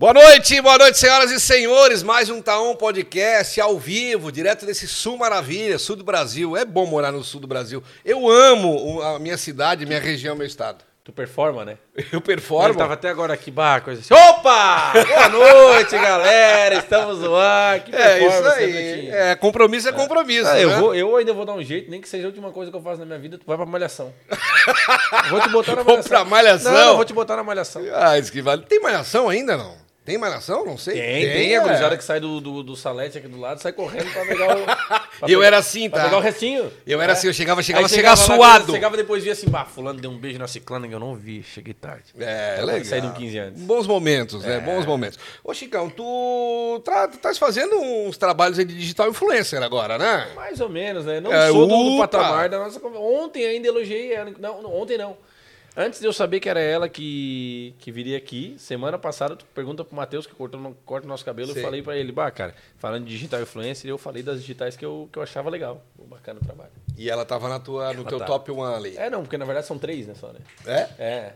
Boa noite, boa noite, senhoras e senhores. Mais um Taon Podcast ao vivo, direto desse Sul Maravilha, Sul do Brasil. É bom morar no Sul do Brasil. Eu amo o- a minha cidade, minha região, meu estado. Tu performa, né? Eu Ele performo. tava até agora aqui, bah, coisa assim. Opa! Boa noite, galera! Estamos no ar. Que É performance, isso né, aí. Betinho? É, compromisso é compromisso. Ah, eu, né? vou, eu ainda vou dar um jeito, nem que seja a última coisa que eu faço na minha vida, tu vai pra malhação. vou te botar na Vou malhação. pra malhação? Não, eu vou te botar na malhação. Ah, isso que vale. Tem malhação ainda, não? Tem malhação? Não sei. Tem, tem, é. a gurizada que sai do, do, do salete aqui do lado, sai correndo pra pegar o. pra Eu pegar- era assim, pra tá? pegar o restinho. É. Eu era assim, eu chegava, chegava, Aí chegava, lá, suado. Chegava depois e via assim, bah, fulano deu um beijo na ciclana que eu não vi, cheguei tarde. É, Eu legal. saí de um 15 antes. Bons momentos, É. né? Bons momentos. Ô, Chicão, tu tá, estás fazendo uns trabalhos aí de digital influencer agora, né? Mais ou menos, né? Não É, sou do, do upa! patamar da nossa conversa. Ontem ainda elogiei ela. Não, não, ontem não. Antes de eu saber que era ela que, que viria aqui, semana passada, tu pergunta pro Matheus, que cortou, no- corta o nosso cabelo, Sim. eu falei pra ele, bah, cara, falando de digital influencer, eu falei das digitais que eu, que eu achava legal. Bacana o trabalho. E ela tava na tua, no teu tá. top 1 ali. É, não, porque na verdade são três, né, só, né? É? É.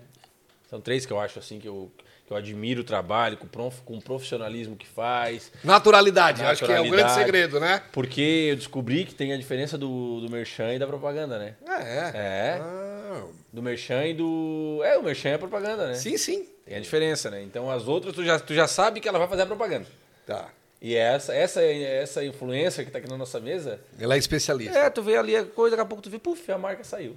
São três que eu acho, assim, que eu, que eu admiro o trabalho, com o prof- com o profissionalismo que faz, Naturalidade, acho que é o grande Naturalidade. segredo, né? porque eu descobri que tem a diferença do, do merchan e da propaganda, né? É. É. Ah, Do merchan e do. É, o merchan é propaganda, né? sim, sim. Tem a diferença, né? Então as outras tu já, tu já sabe que ela vai fazer a propaganda. Tá. E essa, essa, essa influência que tá aqui na nossa mesa. Ela é especialista. É, tu vê ali a coisa, daqui a pouco tu vê, puf, a marca saiu.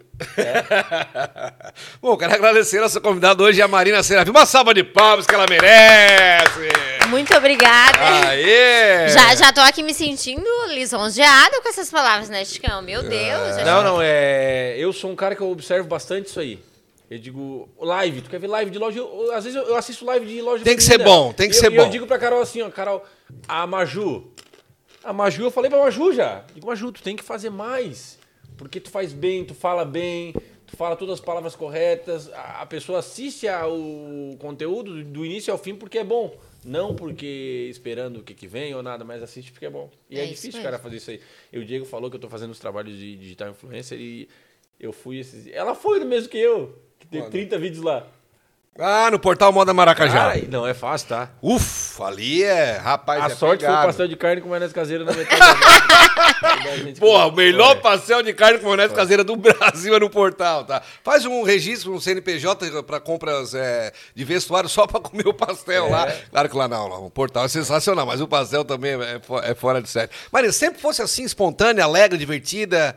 Bom, quero agradecer a nossa convidada hoje, a Marina Serafim. Uma salva de palmas que ela merece! Muito obrigada. Ah, Aê! Já, já tô aqui me sentindo lisonjeada com essas palavras, né, Chicão? Ah. Meu Deus. acho- Não, não, é. Eu sou um cara que eu observo bastante isso aí. Eu digo, live, tu quer ver live de loja? Eu- eu- às vezes eu, eu assisto live de loja. Tem que feminina. ser bom, tem que E eu- ser e Eu bom. digo pra Carol assim, ó, Carol, a Maju. A Maju, eu falei pra Maju já. Digo, Maju, tu tem que fazer mais. Porque tu faz bem, tu fala bem, tu fala todas as palavras corretas. A, a pessoa assiste a- o conteúdo do, do início ao fim porque é bom. Não porque esperando o que, que vem ou nada, mas assiste porque é bom. E é, É isso difícil, mesmo. cara, fazer isso aí. E o Diego falou que eu tô fazendo os trabalhos de digital influencer e eu fui esses. Ela foi no mesmo que eu, que tem 30 vídeos lá. Ah, no portal Moda Maracajá. Ai, não é fácil, tá? Ufa, ali é, rapaz, a é sorte foi o pegado. pastel de carne com maionese caseira na metade. da- da gente Porra, o comeu. melhor Foi. pastel de carne com maionese caseira do Brasil é no portal, tá? Faz um registro, um CNPJ pra compras é, de vestuário só pra comer o pastel lá. É. Claro que lá não, lá, o portal é sensacional, mas o pastel também é, fo- é fora de série. Maria, sempre fosse assim, espontânea, alegre, divertida.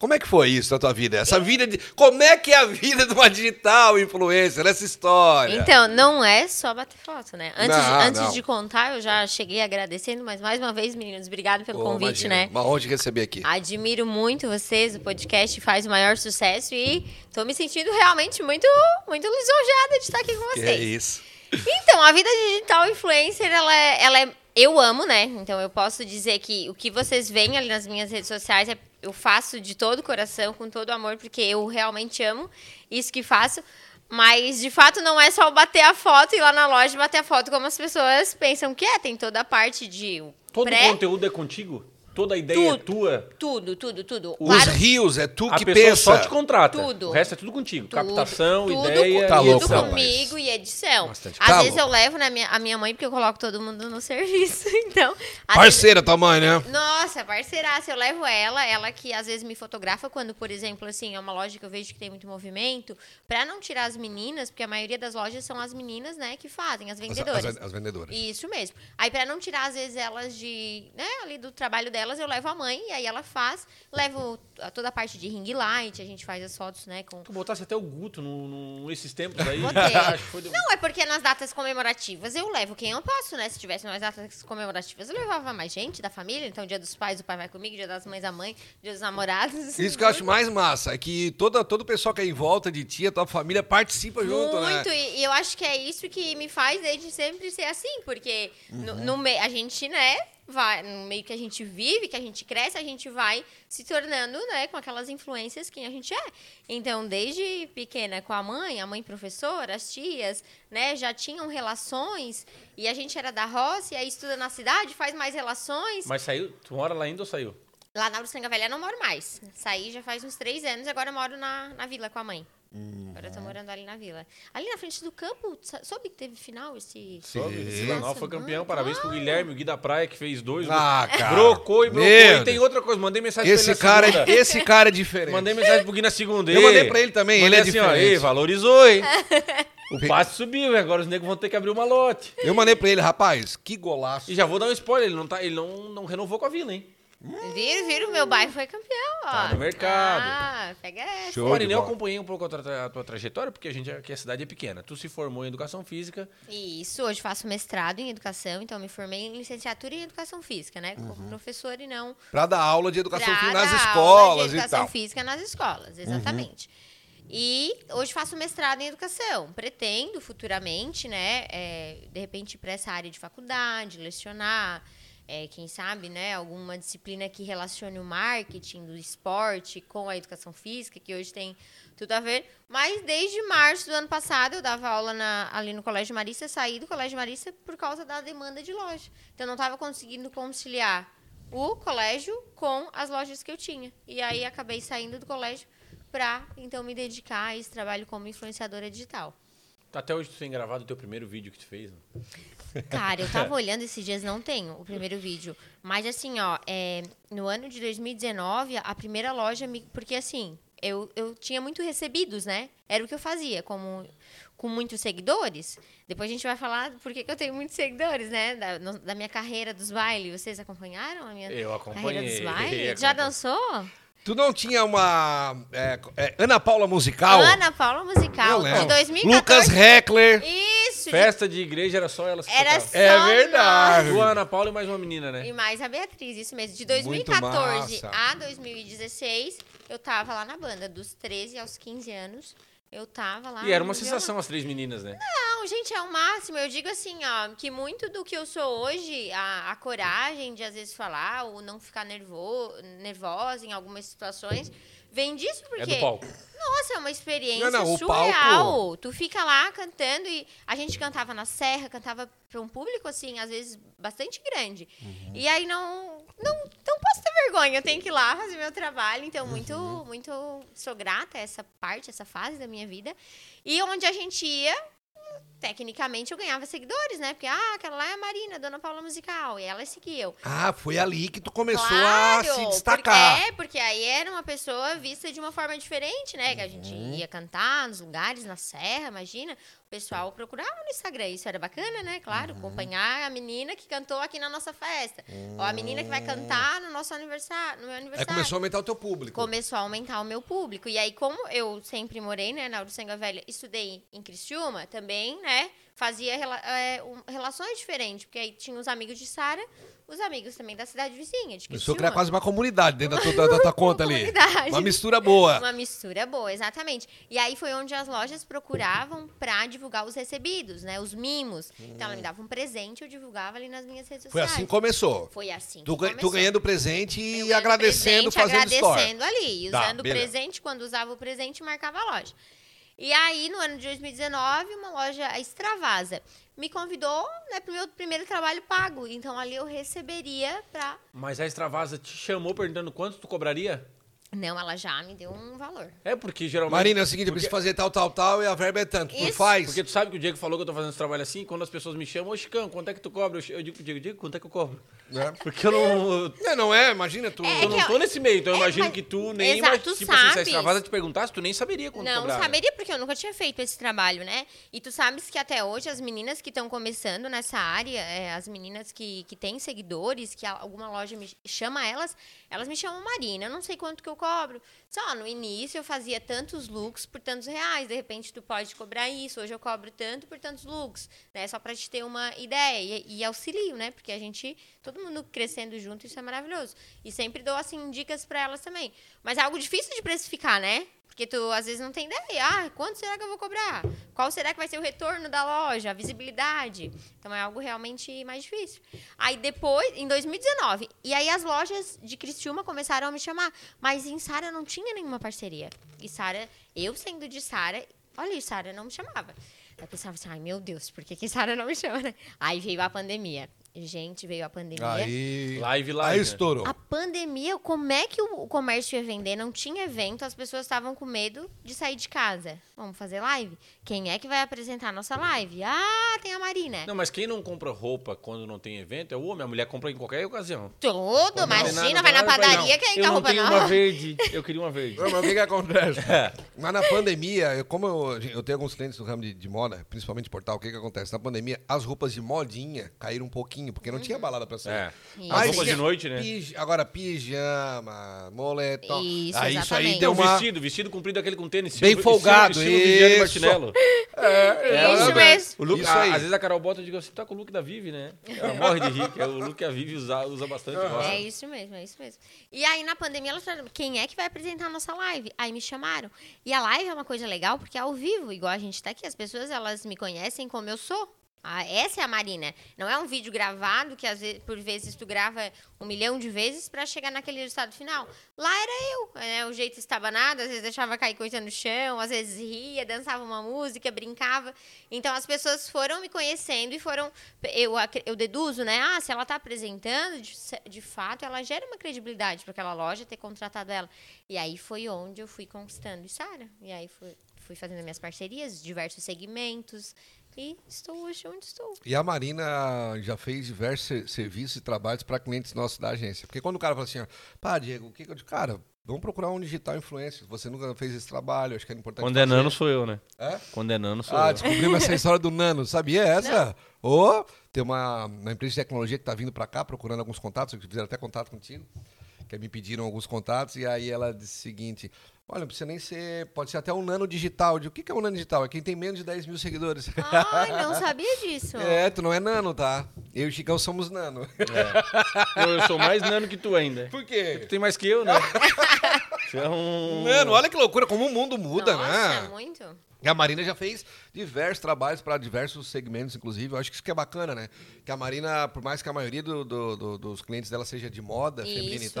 Como é que foi isso na tua vida? Essa vida de. Como é que é a vida de uma digital influencer? Essa história. Então, não é só bater foto, né? Antes, Não, antes não. de contar, eu já cheguei agradecendo, mas mais uma vez, meninos, obrigado pelo Pô, convite, imagina, né? Uma honra te receber aqui. Admiro muito vocês, o podcast faz o maior sucesso e tô me sentindo realmente muito, muito lisonjeada de estar aqui com Que vocês. é isso. Então, a vida digital influencer, ela é, ela é- Eu amo, né? Então, eu posso dizer que o que vocês veem ali nas minhas redes sociais, é- eu faço de todo o coração, com todo o amor, porque eu realmente amo isso que faço. Mas, de fato, não é só bater a foto e ir lá na loja e bater a foto como as pessoas pensam que é. Tem toda a parte de. o Todo pré, conteúdo é contigo? Toda a ideia é Tudo. tua? Tudo, tudo, tudo. Os Claro, rios, é tu a que pessoa pensa. só te contrata. Tudo. O resto é tudo contigo. Tudo, Captação, tudo, ideia. com- Tá tudo louco, rapaz. comigo e edição. Bastante. Às Tá vezes louco. eu levo na minha, a minha mãe, porque eu coloco todo mundo no serviço. Então, às vezes- Parceira tua mãe, né? Nossa, parceiraça, eu levo ela, ela que às vezes me fotografa quando, por exemplo, assim, é uma loja que eu vejo que tem muito movimento, pra não tirar as meninas, porque a maioria das lojas são as meninas, né, que fazem, as As- vendedoras. as- as vendedoras. Isso mesmo. Aí pra não tirar às vezes elas de, né, ali do trabalho delas, eu levo a mãe e aí ela faz, levo a- toda a parte de ring light, a gente faz as fotos, né, com Tu botasse até o Guto no- no- nesses tempos aí. Botei. Acho que foi do- Não, é porque nas datas comemorativas eu levo quem eu posso, né? Se tivesse mais datas comemorativas, eu levava mais gente da família. Então, dia dos pais, o pai vai comigo, dia das mães, a mãe, dia dos namorados. Isso que eu acho mais massa, é que toda, todo o pessoal que é em volta de ti, a tua família participa junto, né? Muito, e, e eu acho que é isso que me faz desde sempre ser assim, porque no, Uhum. no meio a gente, né, vai, no meio que a gente vive, que a gente cresce, a gente vai se tornando, né, com aquelas influências quem a gente é. Então, desde pequena com a mãe, a mãe professora, as tias, né, já tinham relações, e a gente era da roça, e aí estuda na cidade, faz mais relações. Mas saiu? Tu mora lá ainda ou saiu? Lá na Urusanga Velha eu não moro mais. Saí já faz uns três anos, agora eu moro na, na vila com a mãe. Agora eu tô morando ali na vila. Ali na frente do campo, sa- soube que teve final esse. Sobe, Sim. Vila Nova foi campeão. Parabéns pro Guilherme, o Gui da Praia, que fez dois. Ah, cara. Brocou e brocou. Meu E tem outra coisa, mandei mensagem pra Esse ele na cara, segunda. é, esse cara é diferente. Mandei mensagem pro Gui na segunda. Eu Ei, mandei pra ele também, mandei assim, ele é ó, diferente. Ei, valorizou, hein? O Pe- passe subiu, hein? agora os negros vão ter que abrir uma lote. Eu mandei pra ele, rapaz, que golaço. E já vou dar um spoiler, ele não, tá, ele não, não renovou com a Vila, hein? Viram, viram, meu bairro foi campeão, ó. Tá no mercado. Ah, pega essa. Show. de Marinho, eu bola. acompanhei um pouco a tua, a tua trajetória, porque a gente aqui a cidade é pequena. Tu se formou em educação física, Isso, hoje faço mestrado em educação, então me formei em licenciatura em educação física, né? Como professor e não Pra dar aula de educação pra física nas dar aula escolas de e educação tal. Uhum. física nas escolas, exatamente. E hoje faço mestrado em educação. Pretendo futuramente, né, é, de repente ir para essa área de faculdade, lecionar, é, quem sabe, né, alguma disciplina que relacione o marketing do esporte com a educação física, que hoje tem tudo a ver. Mas desde março do ano passado eu dava aula na- ali no Colégio Marista, saí do Colégio Marista por causa da demanda de loja. Então eu não estava conseguindo conciliar o colégio com as lojas que eu tinha. E aí acabei saindo do colégio pra então me dedicar a esse trabalho como influenciadora digital. tá até hoje tu tem gravado o teu primeiro vídeo que tu fez. né? Cara, eu tava olhando esses dias, não tenho o primeiro vídeo. Mas assim, ó, é, no ano de 2019, a primeira loja me. Porque assim, eu, eu tinha muito recebidos, né? Era o que eu fazia, como com muitos seguidores. Depois a gente vai falar por que que eu tenho muitos seguidores, né? Da, no- da minha carreira dos bailes. Vocês acompanharam a minha Eu carreira dos acompanhei, bailes? Já acompanhei. dançou? Tu não tinha uma. é, é, Ana Paula Musical? Ana Paula um Eu Musical, lembro. de 2014. Lucas Heckler. Isso, de- Festa de igreja era só elas que Era tocavam. É só verdade. Tu, a Ana Paula e mais uma menina, né? E mais a Beatriz, isso mesmo. De Muito 2014 massa. a 2016, eu tava lá na banda. Dos 13 aos 15 anos, eu tava lá. E era no uma violão. sensação as três meninas, né? Não, gente, é o máximo. Eu digo assim, ó, que muito do que eu sou hoje, a, a coragem de às vezes falar ou não ficar nervo, nervosa em algumas situações, vem disso porque... É do palco. Nossa, é uma experiência Não, não, o surreal. palco- Tu fica lá cantando e a gente cantava na serra, cantava para um público assim, às vezes bastante grande. Uhum. E aí não, não, não posso ter vergonha, eu tenho que ir lá fazer meu trabalho, então muito, Uhum. muito sou grata a essa parte, essa fase da minha vida. E onde a gente ia, tecnicamente eu ganhava seguidores, né? Porque ah, aquela lá é a Marina, Dona Paula Musical, e elas seguiam. Ah, foi ali que tu começou Claro, a se porque- destacar. é, porque aí era uma pessoa vista de uma forma diferente, né? Que a gente Uhum. ia cantar nos lugares, na serra, imagina. O pessoal procurava no Instagram. Isso era bacana, né? Claro, Uhum. acompanhar a menina que cantou aqui na nossa festa. Ou a menina que vai cantar no nosso aniversário, no Hum. meu Aí aniversário. começou a aumentar o teu público. Começou a aumentar o meu público. E aí, como eu sempre morei, né, na Uruçanga Velha, estudei em Criciúma, também, né, fazia rela- é, um- relações diferentes. Porque aí tinha os amigos de Sara, os amigos também da cidade vizinha, Começou de Criciúma. a criar quase uma comunidade dentro da tua, da- da tua conta ali. comunidade. Uma mistura boa. Uma mistura boa, exatamente. E aí foi onde as lojas procuravam pra divulgar os recebidos, né, os mimos. Então, ela me dava um presente, eu divulgava ali nas minhas redes Hum. Foi sociais. assim que começou. Foi assim Tu, que ganha- tu começou. ganhando presente Eu e ganhando agradecendo, presente, fazendo história. agradecendo ali, Tá, usando o beleza. presente, quando usava o presente, marcava a loja. E aí, no ano de 2019, uma loja a Extravasa me convidou né, pro meu primeiro trabalho pago. Então ali eu receberia pra. Mas a Extravasa te chamou perguntando quanto tu cobraria? Não, né, ela já me deu um valor. É porque geralmente. Marina, é o seguinte, eu preciso fazer tal, tal, tal, e a verba é tanto. Tu Isso. faz. Porque tu sabe que o Diego falou que eu tô fazendo esse trabalho assim, quando as pessoas me chamam, ô Chicão, quanto é que tu cobra? Eu che- Eu digo pro Diego, Diego, quanto é que eu cobro? né? Porque eu não. eu- Não, não é? Imagina tu. É Eu que não eu- tô nesse meio, então eu é, imagino mas- que tu nem. Exato, imag- tu tipo assim, se a sabes. Extravasa te perguntasse, tu nem saberia quanto Não cobrar. né? saberia, porque eu nunca tinha feito esse trabalho, né? E tu sabes que até hoje as meninas que estão começando nessa área, é, as meninas que, que têm seguidores, que a- alguma loja me chama elas, elas me chamam Marina, eu não sei quanto que eu cobro. Só no início eu fazia tantos looks por tantos reais, de repente tu pode cobrar isso, hoje eu cobro tanto por tantos looks, né? Só pra te ter uma ideia e, e auxilio, né? Porque a gente, todo mundo crescendo junto, isso é maravilhoso. E sempre dou, assim, dicas pra elas também. Mas é algo difícil de precificar, né? Porque tu às vezes não tem ideia. Ah, quanto será que eu vou cobrar? Qual será que vai ser o retorno da loja? A visibilidade. Então é algo realmente mais difícil. Aí depois, em 2019, e aí as lojas de Criciúma começaram a me chamar. Mas em Sara não tinha nenhuma parceria. E Sara, eu sendo de Sara, olha, e Sara não me chamava. Eu pensava assim, ai meu Deus, por que, que Sara não me chama? né? Aí veio a pandemia. Gente, veio a pandemia. Aí. Live, live, Aí né? estourou. A pandemia, como é que o o comércio ia vender? Não tinha evento, as pessoas estavam com medo de sair de casa. Vamos fazer live? Quem é que vai apresentar a nossa live? Ah, tem a Marina. Não, mas quem não compra roupa quando não tem evento é o homem. A mulher compra em qualquer ocasião. Tudo, imagina, vai na padaria quem tá Eu não roupa tenho nova. uma verde. Eu queria uma verde. Não, mas o que, que acontece? É. Mas na pandemia, eu- como eu, eu tenho alguns clientes no ramo de, de moda, principalmente portal, o que, que acontece? Na pandemia, as roupas de modinha caíram um pouquinho, porque não tinha balada pra sair. É. Isso. As Aí roupas de tinha noite, né? pij- agora, pijama, moletom. Isso, aí, isso aí exatamente. deu Então, uma... vestido, vestido comprido, aquele com tênis. Bem estilo- folgado, estilo, estilo Viviane isso. Martinello. É, isso Isso mesmo. O look, Isso a- aí. às vezes a Carol bota e digo assim, tá com o look da Vivi, né? Ela morre de rir, que é o look que a Vivi usa, usa bastante. gosta. É isso mesmo, é isso mesmo. E aí, na pandemia, elas falaram, quem é que vai apresentar a nossa live? Aí me chamaram. E a live é uma coisa legal, porque é ao vivo, igual a gente tá aqui. As pessoas, elas me conhecem como eu sou. Ah, essa é a Marina. Não é um vídeo gravado, que às vezes, por vezes tu grava um milhão de vezes pra chegar naquele resultado final. Lá era eu, né? O jeito estabanado, às vezes deixava cair coisa no chão, às vezes ria, dançava uma música, brincava. Então as pessoas foram me conhecendo e foram. Eu, acre- eu deduzo, né? Ah, se ela tá apresentando, de, se- de fato, ela gera uma credibilidade para aquela loja ter contratado ela. E aí foi onde eu fui conquistando Sara. E aí fui, fui fazendo minhas parcerias, diversos segmentos. E estou hoje onde estou. E a Marina já fez diversos ser- serviços e trabalhos para clientes nossos da agência. Porque quando o cara fala assim, ó, pá, Diego, o que que eu digo? Cara, vamos procurar um digital influencer. Você nunca fez esse trabalho, acho que era importante. Quando é fazer." nano sou eu, né? É? Quando é nano sou Ah, eu. descobrimos essa história do Nano. Sabia essa? Ô, tem uma, uma empresa de tecnologia que está vindo para cá procurando alguns contatos, que fizeram até contato contigo, que me pediram alguns contatos, e aí ela disse o seguinte, olha, não precisa nem ser, pode ser até um Nano digital. Eu digo, o que que é um Nano digital? É quem tem menos de 10 mil seguidores. Ai, não sabia disso. É, tu não é nano, tá? Eu e o Chicão somos nano. Eu, eu sou mais nano que tu ainda. Por quê? Tu tem mais que eu, né? Tu é um... Mano, olha que loucura, como o mundo muda, Nossa, né? muito. E a Marina já fez diversos trabalhos para diversos segmentos, inclusive. Eu acho que isso que é bacana, né? Que a Marina, por mais que a maioria do- do- do- dos clientes dela seja de moda, feminina e Isso,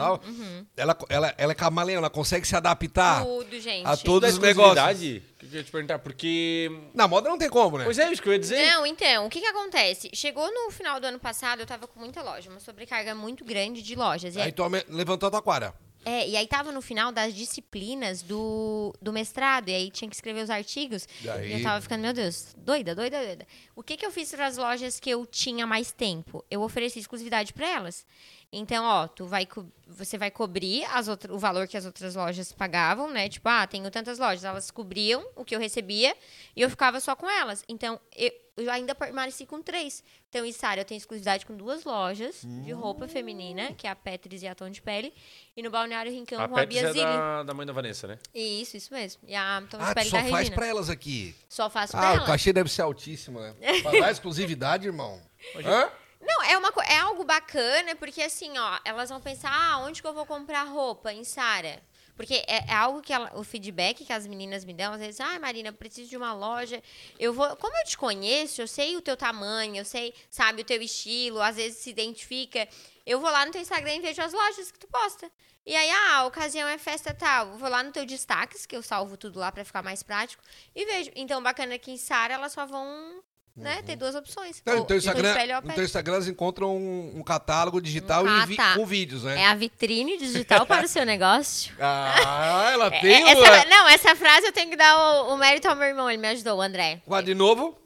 tal, Uhum. ela, ela, ela é camaleão, ela consegue se adaptar Tudo, gente. Ah, a todos os Da negócios. exclusividade, que eu ia te perguntar, porque... Na moda não tem como, né? Pois é, isso que eu ia dizer. Não, então, o que que acontece? Chegou no final do ano passado, eu tava com muita loja, uma sobrecarga muito grande de lojas. E Aí tu aume- levantou a taquara. É, e aí tava no final das disciplinas do, do mestrado, e aí tinha que escrever os artigos. E aí? eu tava ficando, meu Deus, doida, doida, doida. O que que eu fiz para as lojas que eu tinha mais tempo? Eu ofereci exclusividade para elas. Então, ó, tu vai co- você vai cobrir as outra, o valor que as outras lojas pagavam, né? Tipo, ah, tenho tantas lojas, elas cobriam o que eu recebia e eu ficava só com elas. Então, eu, eu ainda permaneci com três. Então, em Sara, eu tenho exclusividade com duas lojas de Hum. roupa feminina, que é a Petris e a Tom de Pele, e no Balneário Rincão A com a Pets Bia é Zilli. da, da mãe da Vanessa, né? Isso, isso mesmo. E Então, a Tom de Ah, tu Pele só da faz Regina. pra elas aqui. Só faço pra Ah, o elas. cachê deve ser altíssimo, né? Falar exclusividade, irmão. Hã? Não, é, uma, co- é algo bacana, porque assim, ó, elas vão pensar, ah, onde que eu vou comprar roupa? Em Sara. Porque é, é algo que ela- o feedback que as meninas me dão, às vezes, ah, Marina, eu preciso de uma loja. Eu vou. Como eu te conheço, eu sei o teu tamanho, eu sei, sabe, o teu estilo, às vezes se identifica. Eu vou lá no teu Instagram e vejo as lojas que tu posta. E aí, ah, a ocasião é festa tal. Vou lá no teu destaques, que eu salvo tudo lá pra ficar mais prático, e vejo. Então, bacana que em Sara elas só vão. Né? Ter duas opções. Uhum. Não, Então, no Ou- ou teu Instagram, de pele ou a no pele. teu Instagram eles encontram um, um catálogo digital Ah, e vi- tá. com vídeos, né? É a vitrine digital para o seu negócio? Ah, ela É, tem essa- o... não, essa frase eu tenho que dar o, o mérito ao meu irmão, ele me ajudou, o André. Vá de novo.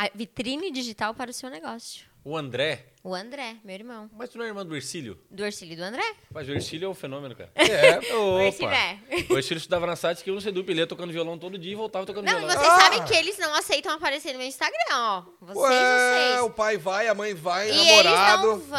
A vitrine digital para o seu negócio. O André. O André, meu irmão. Mas tu não é irmã do Ercílio? Do Ercílio e do André? Mas o Ercílio é um fenômeno, cara. É. O Opa! Ercílio é. O Ercílio estudava na SAT que eu não sei duplo, ele ia tocando violão todo dia e voltava tocando Não, e violão. vocês Ah! sabem que eles não aceitam aparecer no meu Instagram, ó. Vocês, Ué, vocês. o pai vai, a mãe vai, E namorado. eles não vão,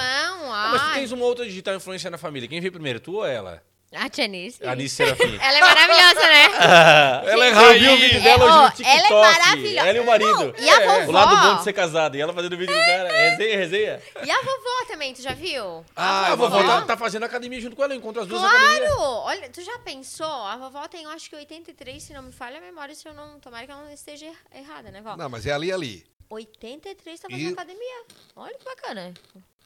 Ah, ó. mas tu tens uma outra digital influência na família. Quem veio primeiro, tu ou ela? A Janice. A Alice Serafim. Ela é maravilhosa, né? ela é rainha. Eu vi o vídeo dela hoje ó, no TikTok. Ela é maravilhosa. Ela e o marido. É, Não, e a O lado bom de vovó? ser casado. E ela fazendo vídeo do cara. Resenha, resenha. E a vovó também, tu já viu? Ah, a eu vou vovó voltar. tá, tá fazendo academia junto com ela. Eu encontro as duas na academia. Claro! Olha, tu já pensou? A vovó tem, eu acho que 83, se não me falha a memória, se eu não. Tomara que ela não esteja er- errada, né, vó? Não, mas é ali, ali. 83 tá fazendo E- academia. Olha que bacana.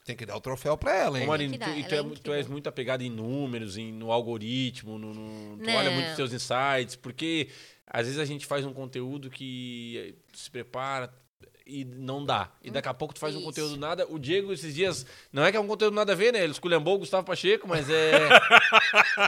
Tem que dar o troféu pra ela, Ô, hein? Marina, que tu, dá, e tu ela é é mu- tu és incrível. muito apegado em números, em, no algoritmo, no, no- tu Não. olha muito os teus insights, porque às vezes a gente faz um conteúdo que eh, se prepara, e não dá. E daqui a pouco tu faz um Isso. conteúdo nada. O Diego, esses dias, não é que é um conteúdo nada a ver, né? Ele esculhambou o Gustavo Pacheco, mas é.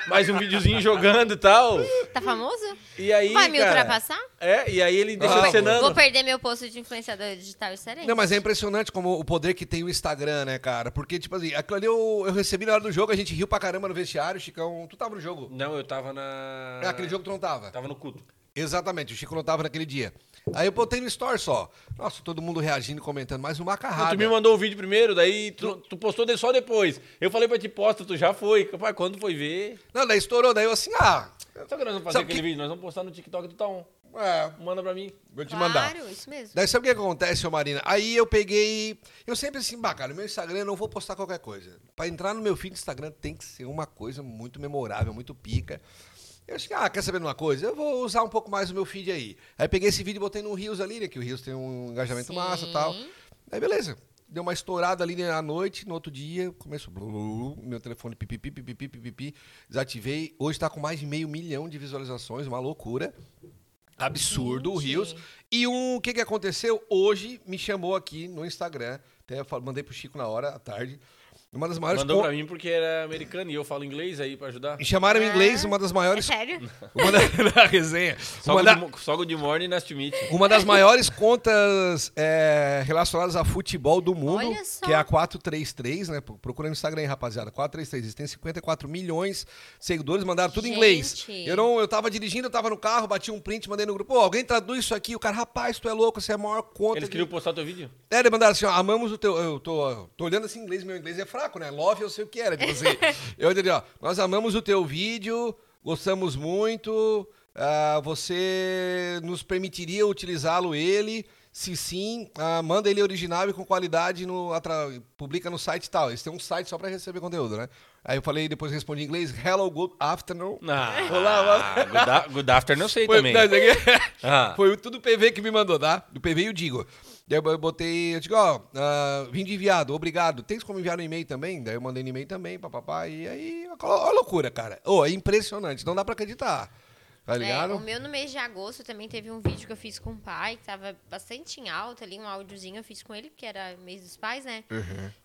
mais um videozinho jogando e tal. Tá famoso? E aí. Vai me cara, ultrapassar? É, e aí ele deixou Ah, ah, vou- Vou perder meu posto de influenciador digital e serei. Não, mas é impressionante como o poder que tem o Instagram, né, cara? Porque, tipo assim, aquilo ali eu, eu recebi na hora do jogo, a gente riu pra caramba no vestiário, Chicão. Tu tava no jogo? Não, eu tava na. É, aquele jogo tu não tava. Tava no culto. Exatamente, o Chico não tava naquele dia. Aí eu botei no Store só. Nossa, todo mundo reagindo, comentando, mas uma Não, carrada. tu me mandou o vídeo primeiro, daí tu, tu postou de- só depois. Eu falei pra ti, posta, tu já foi. Pai, quando foi ver? Não, daí estourou, daí eu assim, ah, Sabe o que nós vamos fazer Sabe aquele que- vídeo? Nós vamos postar no TikTok do Taon. é, Manda pra mim. vou te claro, mandar. isso mesmo. Daí sabe o que acontece, ô Marina? Aí eu peguei. Eu sempre assim, bah, cara, meu Instagram eu não vou postar qualquer coisa. Pra entrar no meu feed do Instagram tem que ser uma coisa muito memorável, muito pica. Eu achei, ah, quer saber de uma coisa? Eu vou usar um pouco mais o meu feed aí. Aí peguei esse vídeo e botei no Rios ali, né? Que o Rios tem um engajamento Sim. massa e tal. Aí beleza. Deu uma estourada ali né, à noite, no outro dia, começou. blu, blu, blu, meu telefone pipipi, pipipi, pipipi. Desativei. Hoje tá com mais de meio milhão de visualizações, uma loucura. Absurdo o Gente. Rios. E um, o que, que aconteceu? Hoje me chamou aqui no Instagram, até eu fal- mandei pro Chico na hora, à tarde. Uma das maiores. Mandou con- pra mim porque era americano e eu falo inglês aí pra ajudar. E chamaram em inglês, uma das É maiores. sério? Uma da, da resenha. Só Uma, da- good, mo- só good morning, nice to meet. you. uma das maiores contas é, relacionadas a futebol do mundo, Olha só. que é a 433, né? Pro- Procura no Instagram aí, rapaziada. 433, eles têm 54 milhões de seguidores, mandaram tudo em inglês. Gente. Eu não, eu tava dirigindo, eu tava no carro, bati um print, mandei no grupo, pô, alguém traduz isso aqui, o cara, rapaz, tu é louco, você é a maior conta. Eles de- queriam postar teu vídeo? É, eles mandaram assim, ó, amamos o teu. Eu tô, eu tô olhando assim em inglês, meu inglês é fraco, né? Love, eu sei o que era. Tipo assim, eu entendi, ó. Nós amamos o teu vídeo, gostamos muito. ah, você nos permitiria utilizá-lo ele? Se sim, ah, manda ele original e com qualidade no. atra- publica no site e tal. Eles têm um site só pra receber conteúdo, né? Aí eu falei, depois eu respondi em inglês, hello, good afternoon. Ah, Olá, olá. good, a- good afternoon eu sei Foi, também. não, isso aqui- Ah. Foi tudo o PV que me mandou, tá? Do PV e o Digo. Daí eu botei, eu digo, ó, ah, vim de enviado, obrigado. Tens como enviar no e-mail também? Daí eu mandei no e-mail também, papapá. E aí, ó, a loucura, cara. Ô, é impressionante, não dá pra acreditar. Tá É, ligado? o meu no mês de agosto também teve um vídeo que eu fiz com o pai, que tava bastante em alta ali, um áudiozinho eu fiz com ele, porque era mês dos pais, né?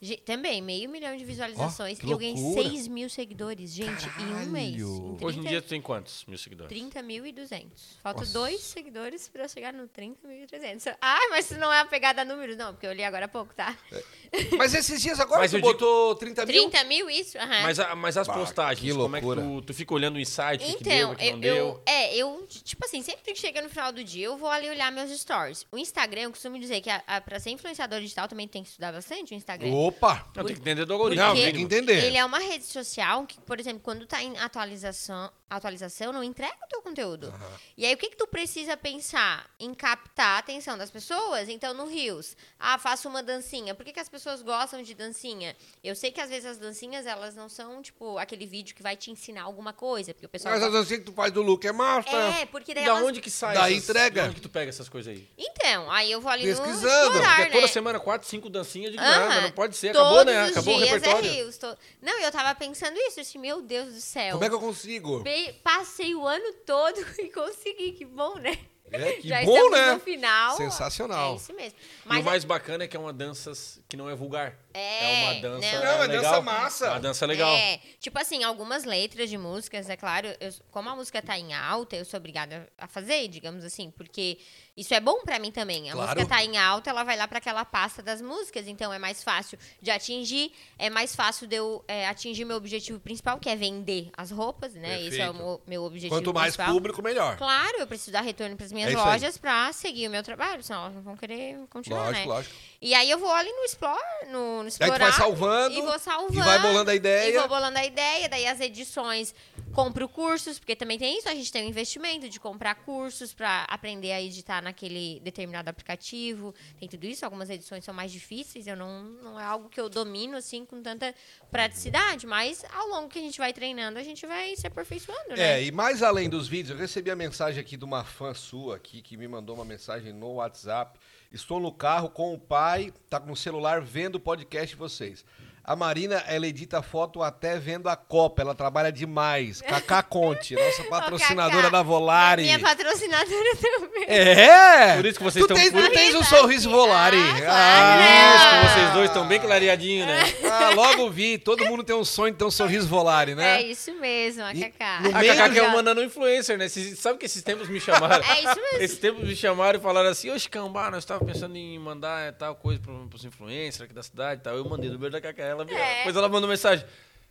Ge- Também, meio milhão de visualizações. Uhum. Ó, que e eu ganhei loucura. 6 mil seguidores, gente, em um mês. Caralho. Em 30, Hoje em dia tu tem quantos mil seguidores? 30.200. Falta dois seguidores pra eu chegar no 30.300. Ah, mas isso não é a pegada a números, não, porque eu li agora há pouco, tá? É, Mas esses dias agora Mas você eu digo- botou 30 mil? 30 mil, isso? Aham. Mas, a- mas as Bah, postagens, que como é que loucura. tu, tu fica olhando o insight, o que que deu, Então, o que que eu, não eu- deu? é, eu, tipo assim, sempre que chega no final do dia, eu vou ali olhar meus stories. O Instagram, eu costumo dizer que a, a, pra ser influenciador digital também tem que estudar bastante o Instagram. É. Opa! Não, tem que entender do Porque- algoritmo. né? Não, no tem que mínimo. entender. Ele é uma rede social que, por exemplo, quando tá em atualização, atualização não entrega o teu conteúdo. E aí, o que que tu precisa pensar? Em captar a atenção das pessoas? Então, no Rios, ah, faço uma dancinha. Por que, que as pessoas gostam de dancinha? Eu sei que, às vezes, as dancinhas, elas não são, tipo, aquele vídeo que vai te ensinar alguma coisa. Porque o pessoal... Mas as gosta- dancinhas que tu faz do look é massa. É, porque daí Tá. Da elas onde que sai Da essas- entrega. De onde que tu pega essas coisas aí? Então, aí eu vou ali Pesquisando. no explorar, Porque é toda né? semana quatro, cinco dancinhas de Aham. nada, não pode ser. Acabou, Todos né? os Acabou o dias repertório. É rios, to- Não, eu tava pensando isso, eu disse, meu Deus do céu. Como é que eu consigo? Bem, Passei o ano todo e consegui, que bom, né? É, que Já bom, estamos né? no final. Sensacional. É isso mesmo. e Mas o mais bacana é que é uma dança que não é vulgar. É, uma dança. não. Não, é dança legal, massa. Uma dança legal. É, tipo assim, algumas letras de músicas, é claro, eu- como a música tá em alta, eu sou obrigada a fazer, digamos assim, porque isso é bom pra mim também. A Claro. música tá em alta, ela vai lá pra aquela pasta das músicas, então é mais fácil de atingir, é mais fácil de eu é, atingir meu objetivo principal, que é vender as roupas, né? Esse é o Perfeito. meu, meu objetivo Quanto mais principal. público, melhor. Claro, eu preciso dar retorno para as minhas É isso aí. lojas para seguir o meu trabalho, senão elas não vão querer continuar, Lógico, né? lógico. E aí eu vou ali no explore, no, no Daí explorar. tu vai salvando e vou salvando. e vai bolando a ideia. E vou bolando a ideia, daí as edições, compro cursos, porque também tem isso, a gente tem um investimento de comprar cursos para aprender a editar naquele determinado aplicativo. Tem tudo isso, algumas edições são mais difíceis, eu não, não é algo que eu domino assim com tanta praticidade, mas ao longo que a gente vai treinando, a gente vai se aperfeiçoando, né? É, e mais além dos vídeos, eu recebi a mensagem aqui de uma fã sua aqui que me mandou uma mensagem no WhatsApp. Estou no carro com o pai, tá com o celular vendo o podcast de vocês. A Marina, ela edita foto até vendo a Copa. Ela trabalha demais. Cacá Conte, nossa patrocinadora Cacá. da Volare. Minha patrocinadora também. É! Por isso que vocês tu estão tens, por- Tu tens um sorriso Volare. Ah, Isso, que vocês dois estão bem clareadinhos, né? Ah, logo vi. Todo mundo tem um sonho de ter um sorriso Volare, É né? isso mesmo, a E- Cacá. no A meio Cacá que é já- uma nano influencer, né? Vocês- sabe que esses tempos me chamaram? É isso mesmo. Esses tempos me chamaram e falaram assim, ô Chicambá, nós estávamos pensando em mandar eh, tal coisa para os influencers aqui da cidade e tal. Eu mandei no número da Cacá, ela viu. É. Depois ela mandou mensagem.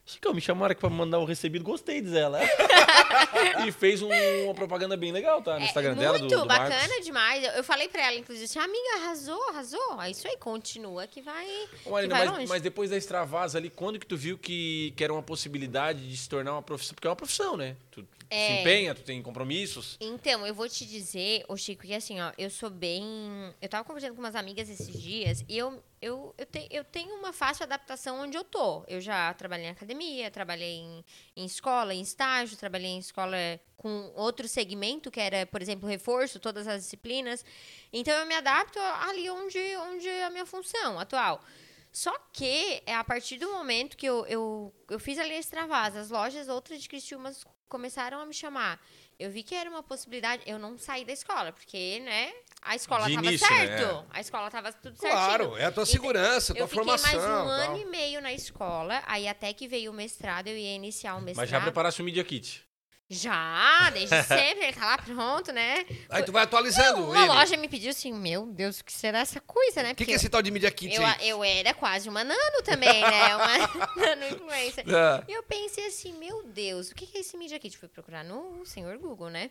Chicão, me chamaram aqui pra mandar o recebido, gostei, diz ela. e fez um- uma propaganda bem legal, tá? No É, Instagram muito dela, do, do Marcos. bacana demais. Eu, eu falei pra ela, inclusive, assim, amiga, arrasou, arrasou. É isso aí, continua que vai, Ô, Marina, que vai longe. mas, mas depois da Extravasa ali, quando que tu viu que, que era uma possibilidade de se tornar uma profissão? Porque é uma profissão, né? Tu É. se empenha, tu tem compromissos. Então, eu vou te dizer, ô Chico, que assim, ó, eu sou bem. Eu tava conversando com umas amigas esses dias e eu, eu, eu, te- eu tenho uma fácil adaptação onde eu tô. Eu já trabalhei em academia, trabalhei em, em escola, em estágio, trabalhei em escola com outro segmento, que era, por exemplo, reforço, todas as disciplinas. Então, eu me adapto ali onde, onde é a minha função atual. Só que, é a partir do momento que eu, eu, eu fiz a linha extravasa, as lojas outras de Criciúma começaram a me chamar. Eu vi que era uma possibilidade. Eu não saí da escola, porque, né? A escola De tava início, né? certo. A escola tava tudo certinho. Claro, é a tua Então, segurança, a tua eu fiquei formação. mais um ano tal. e meio na escola, aí até que veio o mestrado, eu ia iniciar o mestrado. Mas já preparasse o Media Kit. Já, desde sempre, tá lá pronto, né? Aí tu vai atualizando. Uma ele. loja me pediu assim, meu Deus, o que será essa coisa, né? O que, que é esse tal de Media Kit eu, aí? eu era quase uma nano também, né? Uma nano influencer. Ah. E eu pensei assim, meu Deus, o que que é esse Media Kit? Fui procurar no senhor Google, né?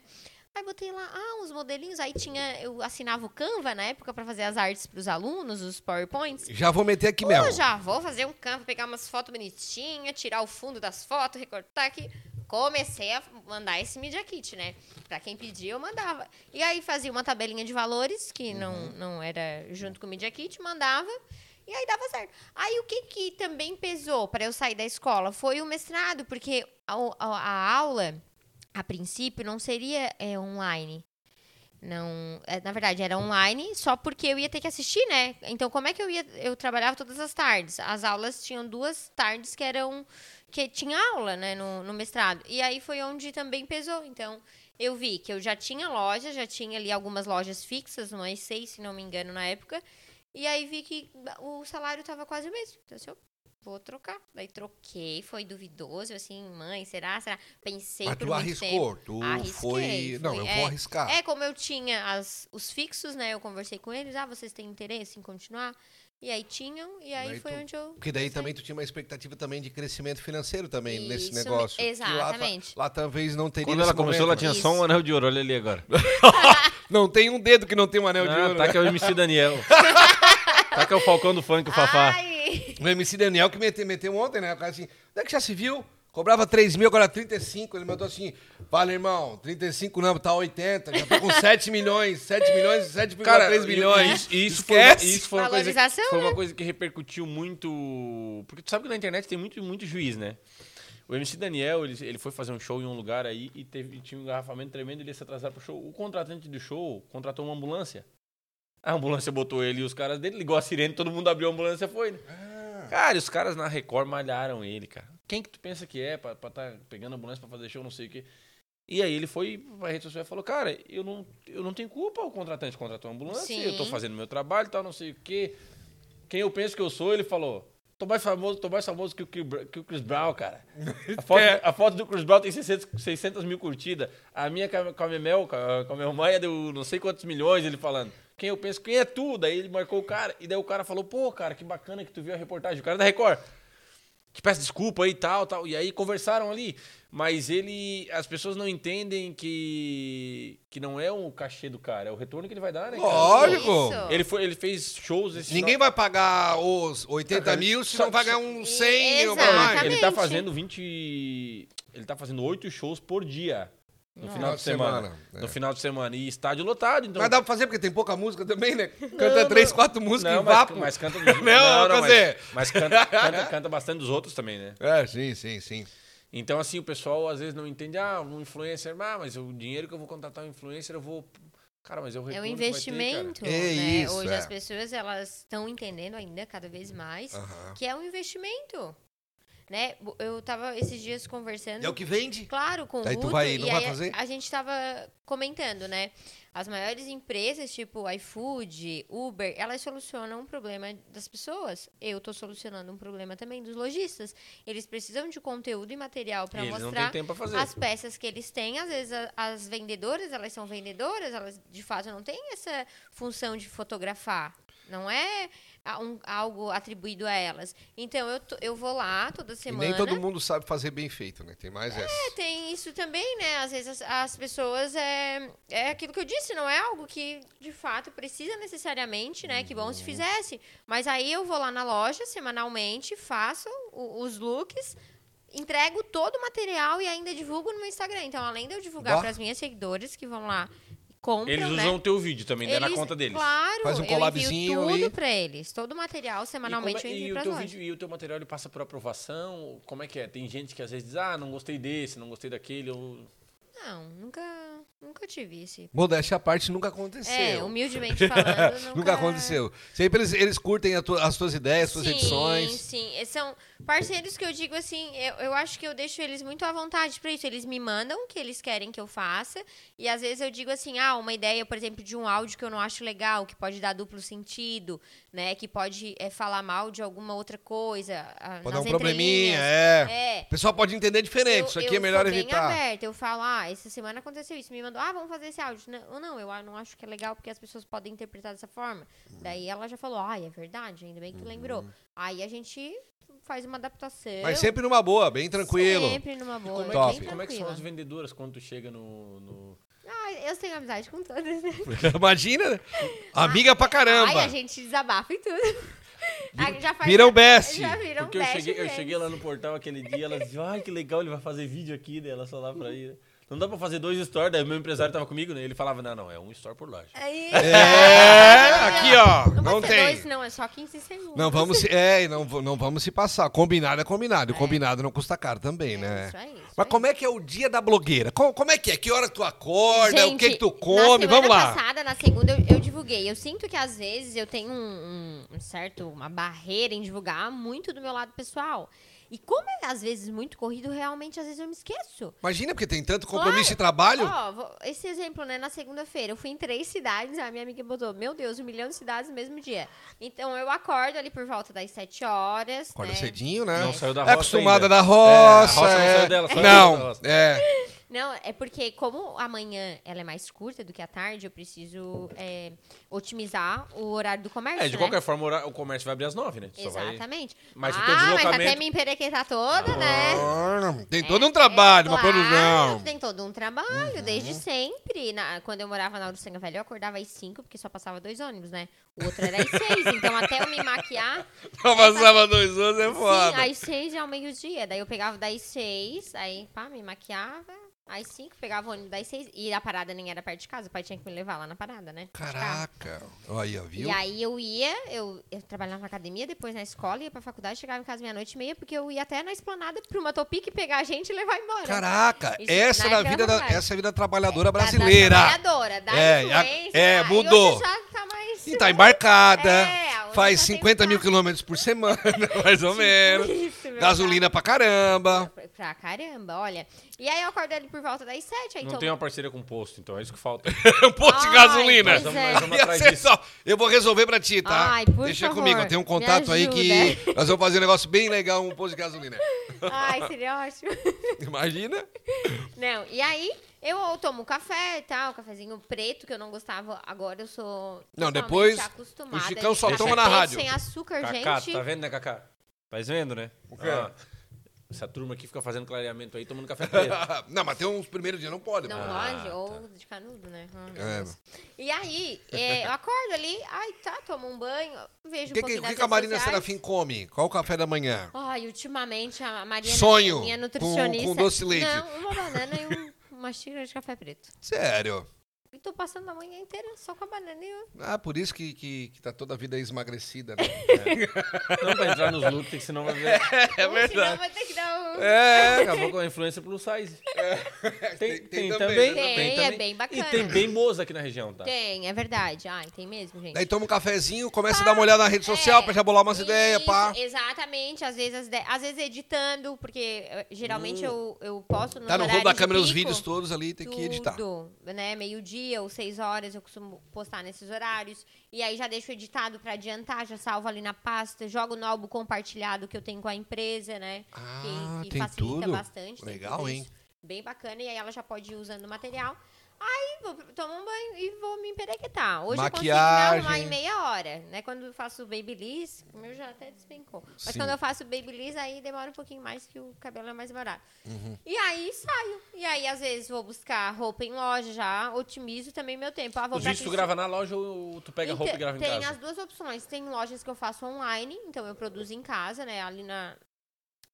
Aí botei lá, ah, uns modelinhos. Aí tinha, eu assinava o Canva na época pra fazer as artes pros alunos, os PowerPoints. Já vou meter aqui Pô, mesmo. já vou fazer um campo, pegar umas fotos bonitinhas, tirar o fundo das fotos, recortar aqui. Comecei a mandar esse Media Kit, né? Pra quem pedia, eu mandava. E aí fazia uma tabelinha de valores, que Uhum. não, não era junto com o Media Kit, mandava. E aí dava certo. Aí o que, que também pesou pra eu sair da escola foi o mestrado, porque a, a- a aula, a princípio, não seria é, online. Não, é, na verdade era online, só porque eu ia ter que assistir, né? Então como é que eu ia? Eu trabalhava todas as tardes. As aulas tinham duas tardes que eram que tinha aula, né, no, no mestrado. E aí foi onde também pesou. Então eu vi que eu já tinha loja, já tinha ali algumas lojas fixas, umas seis, se não me engano, na época. E aí vi que o salário estava quase o mesmo. Então assim, eu vou trocar. Daí troquei, foi duvidoso, eu assim, mãe, será, será? Pensei Mas por tu muito tempo. arriscou, tu Arrisquei, foi... Não, fui, eu é. vou arriscar. É, como eu tinha as- os fixos, né? Eu conversei com eles, ah, vocês têm interesse em continuar? E aí tinham, e aí Daí foi tu- onde eu. Porque daí eu saí. também tu tinha uma expectativa também de crescimento financeiro também nesse Isso me- negócio. que tá- exatamente. Lá, ta- lá talvez não teria Quando ela nesse começou, ela momento, tinha né? só um Isso. anel de ouro. Olha ali agora. Não tem um dedo que não tem um anel de Ah, ouro. tá né? que é o MC Daniel. tá que é o Falcão do Funk, o Fafá. Ai! O MC Daniel que meteu, meteu ontem, né? O cara assim, onde é que já se viu? Cobrava 3 mil, agora 35. Ele mandou assim, vale, irmão, 35 não, tá 80. Já tô com 7 milhões, 7 milhões, 7,3 milhões. e- e isso, foi, Esquece. e isso foi uma coisa Valorização, que, foi uma né? coisa que repercutiu muito. Porque tu sabe que na internet tem muito, muito juiz, né? O MC Daniel, ele, ele foi fazer um show em um lugar aí e, teve, e tinha um engarrafamento tremendo, ele ia se atrasar pro show. O contratante do show contratou uma ambulância. A ambulância botou ele e os caras dele, ligou a sirene, todo mundo abriu a ambulância e foi, né? Cara, e os caras na Record malharam ele, cara. Quem que tu pensa que é pra estar tá pegando ambulância pra fazer show, não sei o quê? E aí ele foi pra rede social e falou, cara, eu não, eu não tenho culpa, o contratante contratou a ambulância, Sim. eu tô fazendo meu trabalho e tal, não sei o quê. Quem eu penso que eu sou, ele falou, tô mais famoso, tô mais famoso que o, Chris Bra- que o Chris Brown, cara. A foto, É. a foto do Chris Brown tem 600, 600 mil curtidas, a minha com a- com a minha mel, com a com a minha mãe é deu não sei quantos milhões, ele falando. Quem eu penso, quem é tu? Daí ele marcou o cara, e daí o cara falou, pô, cara, que bacana que tu viu a reportagem, o cara é da Record te peço desculpa aí e tal, tal. E aí conversaram ali. Mas ele. As pessoas não entendem que. que não é o cachê do cara, é o retorno que ele vai dar, né? cara? Lógico. Isso. Ele, foi, ele fez shows esse Ninguém vai pagar os 80 mil se Só- não pagar uns 100 ou Exato. mais. Ele Exatamente. tá fazendo 20. Ele tá fazendo 8 shows por dia. No final de semana. semana, No é. final de semana. E estádio lotado, então. Mas dá pra fazer porque tem pouca música também, né? Canta três, quatro músicas não, e mas, vapo. mas canta. Não, quer mas, dizer- mas canta, canta, canta bastante dos outros também, né? É, sim, sim, sim. Então, assim, o pessoal às vezes não entende, ah, um influencer, ah, mas o dinheiro que eu vou contratar um influencer, eu vou. Cara, mas é o É um retorno que vai ter, cara. investimento. É né? isso, Hoje é. as pessoas elas estão entendendo ainda cada vez mais Aham. que é um investimento. Né? Eu tava esses dias conversando. É o que vende. Claro, com Daí o tu Ruto, vai- não e vai aí a- fazer? A, gente tava comentando, né? As maiores empresas, tipo iFood, Uber, elas solucionam um problema das pessoas. Eu tô solucionando um problema também dos lojistas. Eles precisam de conteúdo e material para Eles não mostrar têm tempo pra fazer. as peças que eles têm. Às vezes a- as vendedoras, elas são vendedoras, elas de fato não têm essa função de fotografar. Não é a- um- algo atribuído a elas. Então eu, tô- eu vou lá toda E semana. nem todo mundo sabe fazer bem feito, né? Tem mais essa. É, tem isso também, né? Às vezes as, as pessoas é, é aquilo que eu disse, não é algo que de fato precisa necessariamente, né? Que Uhum. bom se fizesse. Mas aí eu vou lá na loja semanalmente, faço o- os looks, entrego todo o material e ainda divulgo no meu Instagram. Então, além de eu divulgar Bah. para as minhas seguidores que vão lá e compram, Eles né? usam o teu vídeo também, daí na eles- conta deles. Claro, Faz um eu envio collabzinho tudo ali. pra eles. Todo o material semanalmente e, como é- eu e envio o pras teu lojas. vídeo e o teu material ele passa por aprovação? Como é que é? Tem gente que às vezes diz, ah, não gostei desse, não gostei daquele. Ou... Não, nunca, nunca tive esse. Modéstia à parte nunca aconteceu. É, humildemente falando, nunca... Nunca aconteceu. Sempre eles, eles curtem a tua- as tuas ideias, né, suas sim, edições. Sim, Eh, são parceiros que eu digo assim, eu, eu acho que eu deixo eles muito à vontade pra isso. Eles me mandam o que eles querem que eu faça. E às vezes eu digo assim, ah, uma ideia, por exemplo, de um áudio que eu não acho legal, que pode dar duplo sentido, né? Que pode eh, falar mal de alguma outra coisa. ah, Pode dar nas um probleminha, entrelinhas. é. É. O pessoal pode entender diferente, isso aqui é melhor sou evitar. Bem aberta. Eu falo, ah, essa semana aconteceu isso. Me mandou, ah, vamos fazer esse áudio. Não, não, eu a- não acho que é legal porque as pessoas podem interpretar dessa forma. Uhum. Daí ela já falou, ah, é verdade, ainda bem que tu lembrou. Aí a gente faz uma adaptação. Mas sempre numa boa, bem tranquilo. Sempre numa como boa. é bem que- Top. E como é que são tranquila. as vendedoras quando tu chega no. no- Ah, eu tenho amizade com todas, né? Imagina, né? Amiga pra caramba. Ai, a gente desabafa em tudo. Ah, já faz- viram best. Já viram Porque eu best cheguei, eu mesmo. cheguei lá no portal aquele dia, elas diziam, ai, que legal, ele vai fazer vídeo aqui, daí ela só lá pra ir. Não dá pra fazer dois stories, daí o meu empresário tava comigo, né? Ele falava, não, não, é um store por loja. Aí- É, aqui ó, Não, não vai ser tem. dois, não, é só 15 segundos. Não vamos se, é, e não, v- não vamos se passar. Combinado é combinado, e É. combinado não custa caro também, É, né? isso aí, isso Mas aí. como é que é o dia da blogueira? Co- Como, é que é? Que hora tu acorda? o que, que tu come? Na Vamos semana lá. passada, na segunda, eu, eu divulguei. Eu sinto que às vezes eu tenho um, um- um certo, uma barreira em divulgar muito do meu lado pessoal. E como é às vezes muito corrido, realmente às vezes eu me esqueço. Imagina, porque tem tanto compromisso Claro. de trabalho. Ó, vou- esse exemplo, né? Na segunda-feira, eu fui em três cidades, a minha amiga botou, meu Deus, um milhão de cidades no mesmo dia. Então eu acordo ali por volta das 7 horas. Acorda né? cedinho, né? Não saiu da É roça acostumada ainda. da roça. É, a roça não é. saiu dela, saiu Não, da roça. é. Não, é porque como a manhã ela é mais curta do que a tarde, eu preciso é, otimizar o horário do comércio, É, de né? qualquer forma, o hora- o comércio vai abrir às nove, né? Tu só vai- Exatamente. Mas se ah, o teu mas até deslocamento- Ah, me emperequetar toda, né? Tem todo um trabalho, É, uma claro, produção. Tem todo um trabalho, Uhum. desde sempre. Na- quando eu morava na Uruçanga Velho, eu acordava às 5, porque só passava dois ônibus, né? O outro era às 6, então até eu me maquiar... Não passava dois anos, é foda. Sim, às 6 ao meio-dia. Daí eu pegava das 6, aí pá, me maquiava. Às 5, pegava o ônibus das 6. E a parada nem era perto de casa, o pai tinha que me levar lá na parada, né? De carro. Caraca. Olha, viu? E aí eu ia, eu, eu trabalhava na academia, depois na escola, ia pra faculdade, chegava em casa meia-noite e meia, porque eu ia até na esplanada pra uma topique pegar a gente e levar embora. Caraca, Isso, essa na era a vida da, trabalhada. essa é a vida trabalhadora Da- brasileira. Da, trabalhadora, da É, influência. a- é, Ah, e mudou. hoje já tá mais... E tá embarcada, É, hoje faz já tem 50 mil carro. quilômetros por semana, mais ou menos. Tipo isso, verdade. Gasolina pra caramba. Pra- Pra caramba, olha. E aí eu acordo ali por volta das sete, aí Não tomo- tem uma parceria com o posto, então é isso que falta. Um posto de Ai, gasolina. pois é. Nós vamos Ia atrás ser disso. só- Eu vou resolver pra ti, tá? Ai, por Deixa favor, comigo, eu tenho um me contato aí que ajuda. nós vamos fazer um negócio bem legal, um posto de gasolina. Ai, seria ótimo. Imagina? Não, e aí eu tomo um café e tal, cafezinho preto, que eu não gostava. Agora eu sou. Não, totalmente depois, acostumada o Chicão só de café toma na preto rádio. Sem açúcar, Cacá, gente. tá vendo, né, Cacá? Tá vendo, né? quê? Ah, essa turma aqui fica fazendo clareamento aí, tomando café preto. Não, mas tem uns primeiros dias, não pode. Não Ah, mano. pode, tá. ou de canudo, né? Ah, meu É. Deus. E aí, é, eu acordo ali, ai tá, tomo um banho, vejo O um que, que, pouquinho o que das que a redes Marina sociais. Serafim come? Qual o café da manhã? Ai, ultimamente a Marina, é Sonho minha com- nutricionista. com doce de leite. Não, uma banana e um- uma xícara de café preto. Sério. E tô passando a manhã inteira só com a banana É e o- Ah, por isso que, que, que tá toda a vida esmagrecida, né? Não pra entrar nos looks, senão vai ver. Ou senão vai ter que dar um... mundo. É, Daqui a pouco é influência plus size. Tem, Tem- tem tem também, também. né? Tem, é bem bacana. E tem bem moza aqui na região, tá? Tem, é verdade. Ai, tem mesmo, gente. Daí toma um cafezinho, começa a dar uma olhada na rede social É, pra já bolar umas isso, ideias, pá. Exatamente, às vezes, as de- às vezes editando, porque eh, geralmente eu, eu posto no Hum. Tá no rolo da câmera os os vídeos todos ali, tem que tá. editar. Tudo, né? Meio-dia ou seis horas eu costumo postar nesses horários. E aí já deixo editado pra adiantar, já salvo ali na pasta, jogo no álbum compartilhado que eu tenho com a empresa, né? Ah, que tem facilita tudo. bastante. tem Legal, tudo hein? isso. Bem bacana, e aí ela já pode ir usando o material. Aí vou tomar um banho e vou me emperequetar. Hoje eu consigo me arrumar Maquiagem. em meia hora, né? Quando eu faço o babyliss, o meu já até despencou. Mas Sim. quando eu faço o babyliss, aí demora um pouquinho mais que o cabelo é mais demorado. E aí saio. E aí, às vezes, vou buscar roupa em loja já, otimizo também meu tempo. Ah, vou Os pra vídeos tu Cristi- grava na loja ou tu pega a roupa e Inte- grava em tem casa? as duas opções. Tem lojas que eu faço online, então eu produzo em casa, né? Ali na.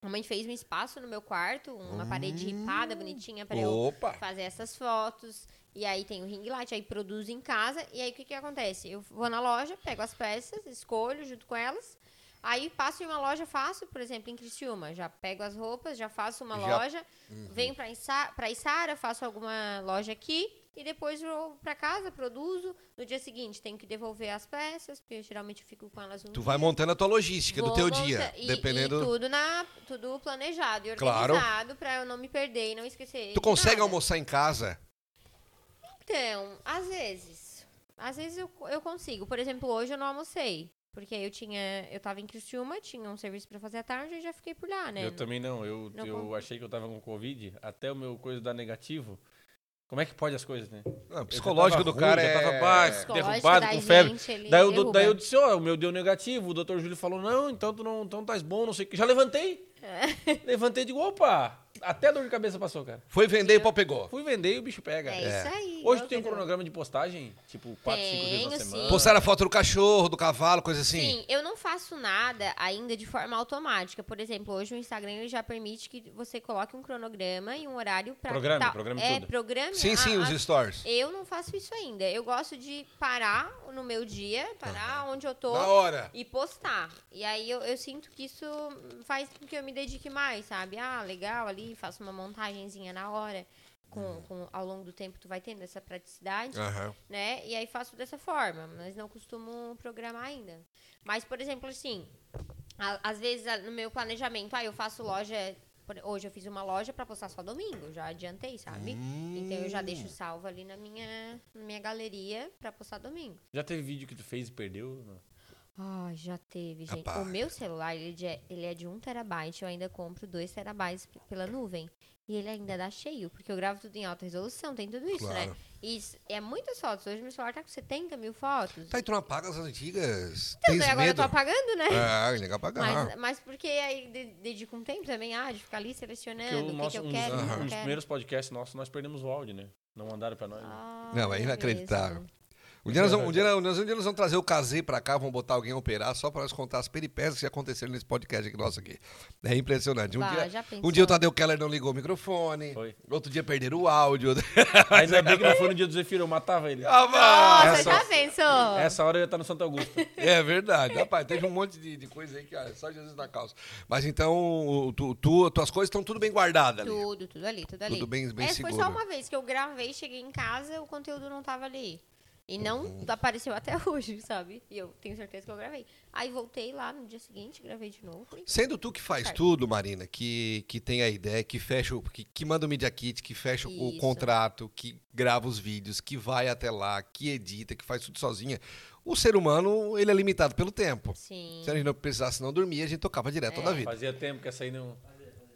A mãe fez um espaço no meu quarto, uma parede ripada, bonitinha, pra eu Opa! fazer essas fotos. E aí tem o ring light, aí produzo em casa. E aí o que, que acontece? Eu vou na loja, pego as peças, escolho junto com elas. Aí passo em uma loja, faço, por exemplo, em Criciúma. Já pego as roupas, já faço uma Já- loja, venho pra, Issa- pra Isara, faço alguma loja aqui. E depois vou pra casa, produzo. No dia seguinte tenho que devolver as peças, porque geralmente eu fico com elas no Tu vai montando a tua logística do Vou teu monta- dia, e- E dependendo... tudo, na, tudo planejado e Claro. organizado pra eu não me perder e não esquecer. de Tu consegue nada. almoçar em casa? Então, às vezes. Às vezes eu, eu consigo. Por exemplo, hoje eu não almocei. Porque eu tinha. Eu tava em Criciúma, tinha um serviço pra fazer à tarde e já fiquei por lá, né? Eu também não. Eu, Não eu conta. achei que eu tava com Covid, até o meu coisa dar negativo. Como é que pode as coisas, né? Não, Eu já psicológico tava do ruim, cara já é... tava pá, Psicológico derrubado da com febre. gente, ele Daí eu, derruba. daí eu disse, ó, o meu deu negativo, o doutor Júlio falou, não, então tu não então tá bom, não sei o que. Já levantei. É. levantei e digo, opa, até a dor de cabeça passou, cara. Foi vender e pau pegou. Fui vender e o bicho pega. É, isso aí. Hoje eu tu tem um tenho- cronograma de postagem? Tipo, 4, 5 vezes na Tenho, semana? sim. Postaram a foto do cachorro, do cavalo, coisa assim. Sim, eu não faço nada ainda de forma automática. Por exemplo, hoje o Instagram ele já permite que você coloque um cronograma e um horário pra. Programa, tal- programa É, tudo. programa. Sim, a- sim, a- os stories. Eu não faço isso ainda. Eu gosto de parar no meu dia, parar onde eu tô. Na hora. E postar. E aí eu, eu sinto que isso faz com que eu me dedique mais, sabe? Ah, legal ali, faço uma montagenzinha na hora. Com, com- ao longo do tempo tu vai tendo essa praticidade, Aham. né? E aí faço dessa forma, mas não costumo programar ainda. Mas, por exemplo, assim, a- às vezes a- no meu planejamento, ah, eu faço loja. por- Hoje eu fiz uma loja pra postar só domingo, já adiantei, sabe? Então eu já deixo salvo ali na minha, na minha galeria pra postar domingo. Já teve vídeo que tu fez e perdeu? Não. Ah, já teve, gente. Rapaz. O meu celular, ele de- ele é de 1 terabyte, eu ainda compro 2 terabytes p- pela nuvem. E ele ainda dá cheio, porque eu gravo tudo em alta resolução, tem tudo isso, Claro. né? E s- é muitas fotos. Hoje meu celular tá com 70 mil fotos. Tá, e tu não apaga as antigas? então, daí Tens agora eu tô medo? apagando, né? É, legal apagar. Mas, mas porque aí de- dedico um tempo também, ah, de ficar ali Porque selecionando o o que, que nosso, eu um, quero, o dos, que eu um não dos quero. primeiros podcasts nossos, nós perdemos o áudio, né? Não mandaram pra nós. né? Ah, Não, é beleza. inacreditável. Um dia, nós vamos, um, dia, nós- um dia nós, vamos trazer o Casei pra cá, vamos botar alguém a operar só pra nós contar as peripécias que aconteceram nesse podcast aqui nosso aqui. É impressionante. Um, Bah, já dia, pensou? um dia o Tadeu Keller não ligou o microfone, Foi. outro dia perderam o áudio. Ainda bem que não foi no dia do Zefiro, eu matava ele. Ah, vá! Nossa, tá Essa- já pensou? Essa hora eu ia estar no Santo Augusto. É verdade. Rapaz, teve um monte de, de coisa aí que ó, só Jesus na calça. Mas então, o- tu, tu- tuas coisas estão tudo bem guardadas ali. Tudo, tudo ali, tudo ali. Tudo bem- bem é, Foi seguro. só uma vez que eu gravei, cheguei em casa, o conteúdo não tava ali. E não Uhum. apareceu até hoje, sabe? E eu tenho certeza que eu gravei. Aí voltei lá no dia seguinte, gravei de novo. Sendo tu que faz Certo. tudo, Marina, que, que tem a ideia, que fecha, o- que, que manda o Media Kit, que fecha o Isso. contrato, que grava os vídeos, que vai até lá, que edita, que faz tudo sozinha, o ser humano, ele é limitado pelo tempo. Sim. É. Se a gente não precisasse não dormir, a gente tocava direto toda a vida. Fazia tempo que essa aí não.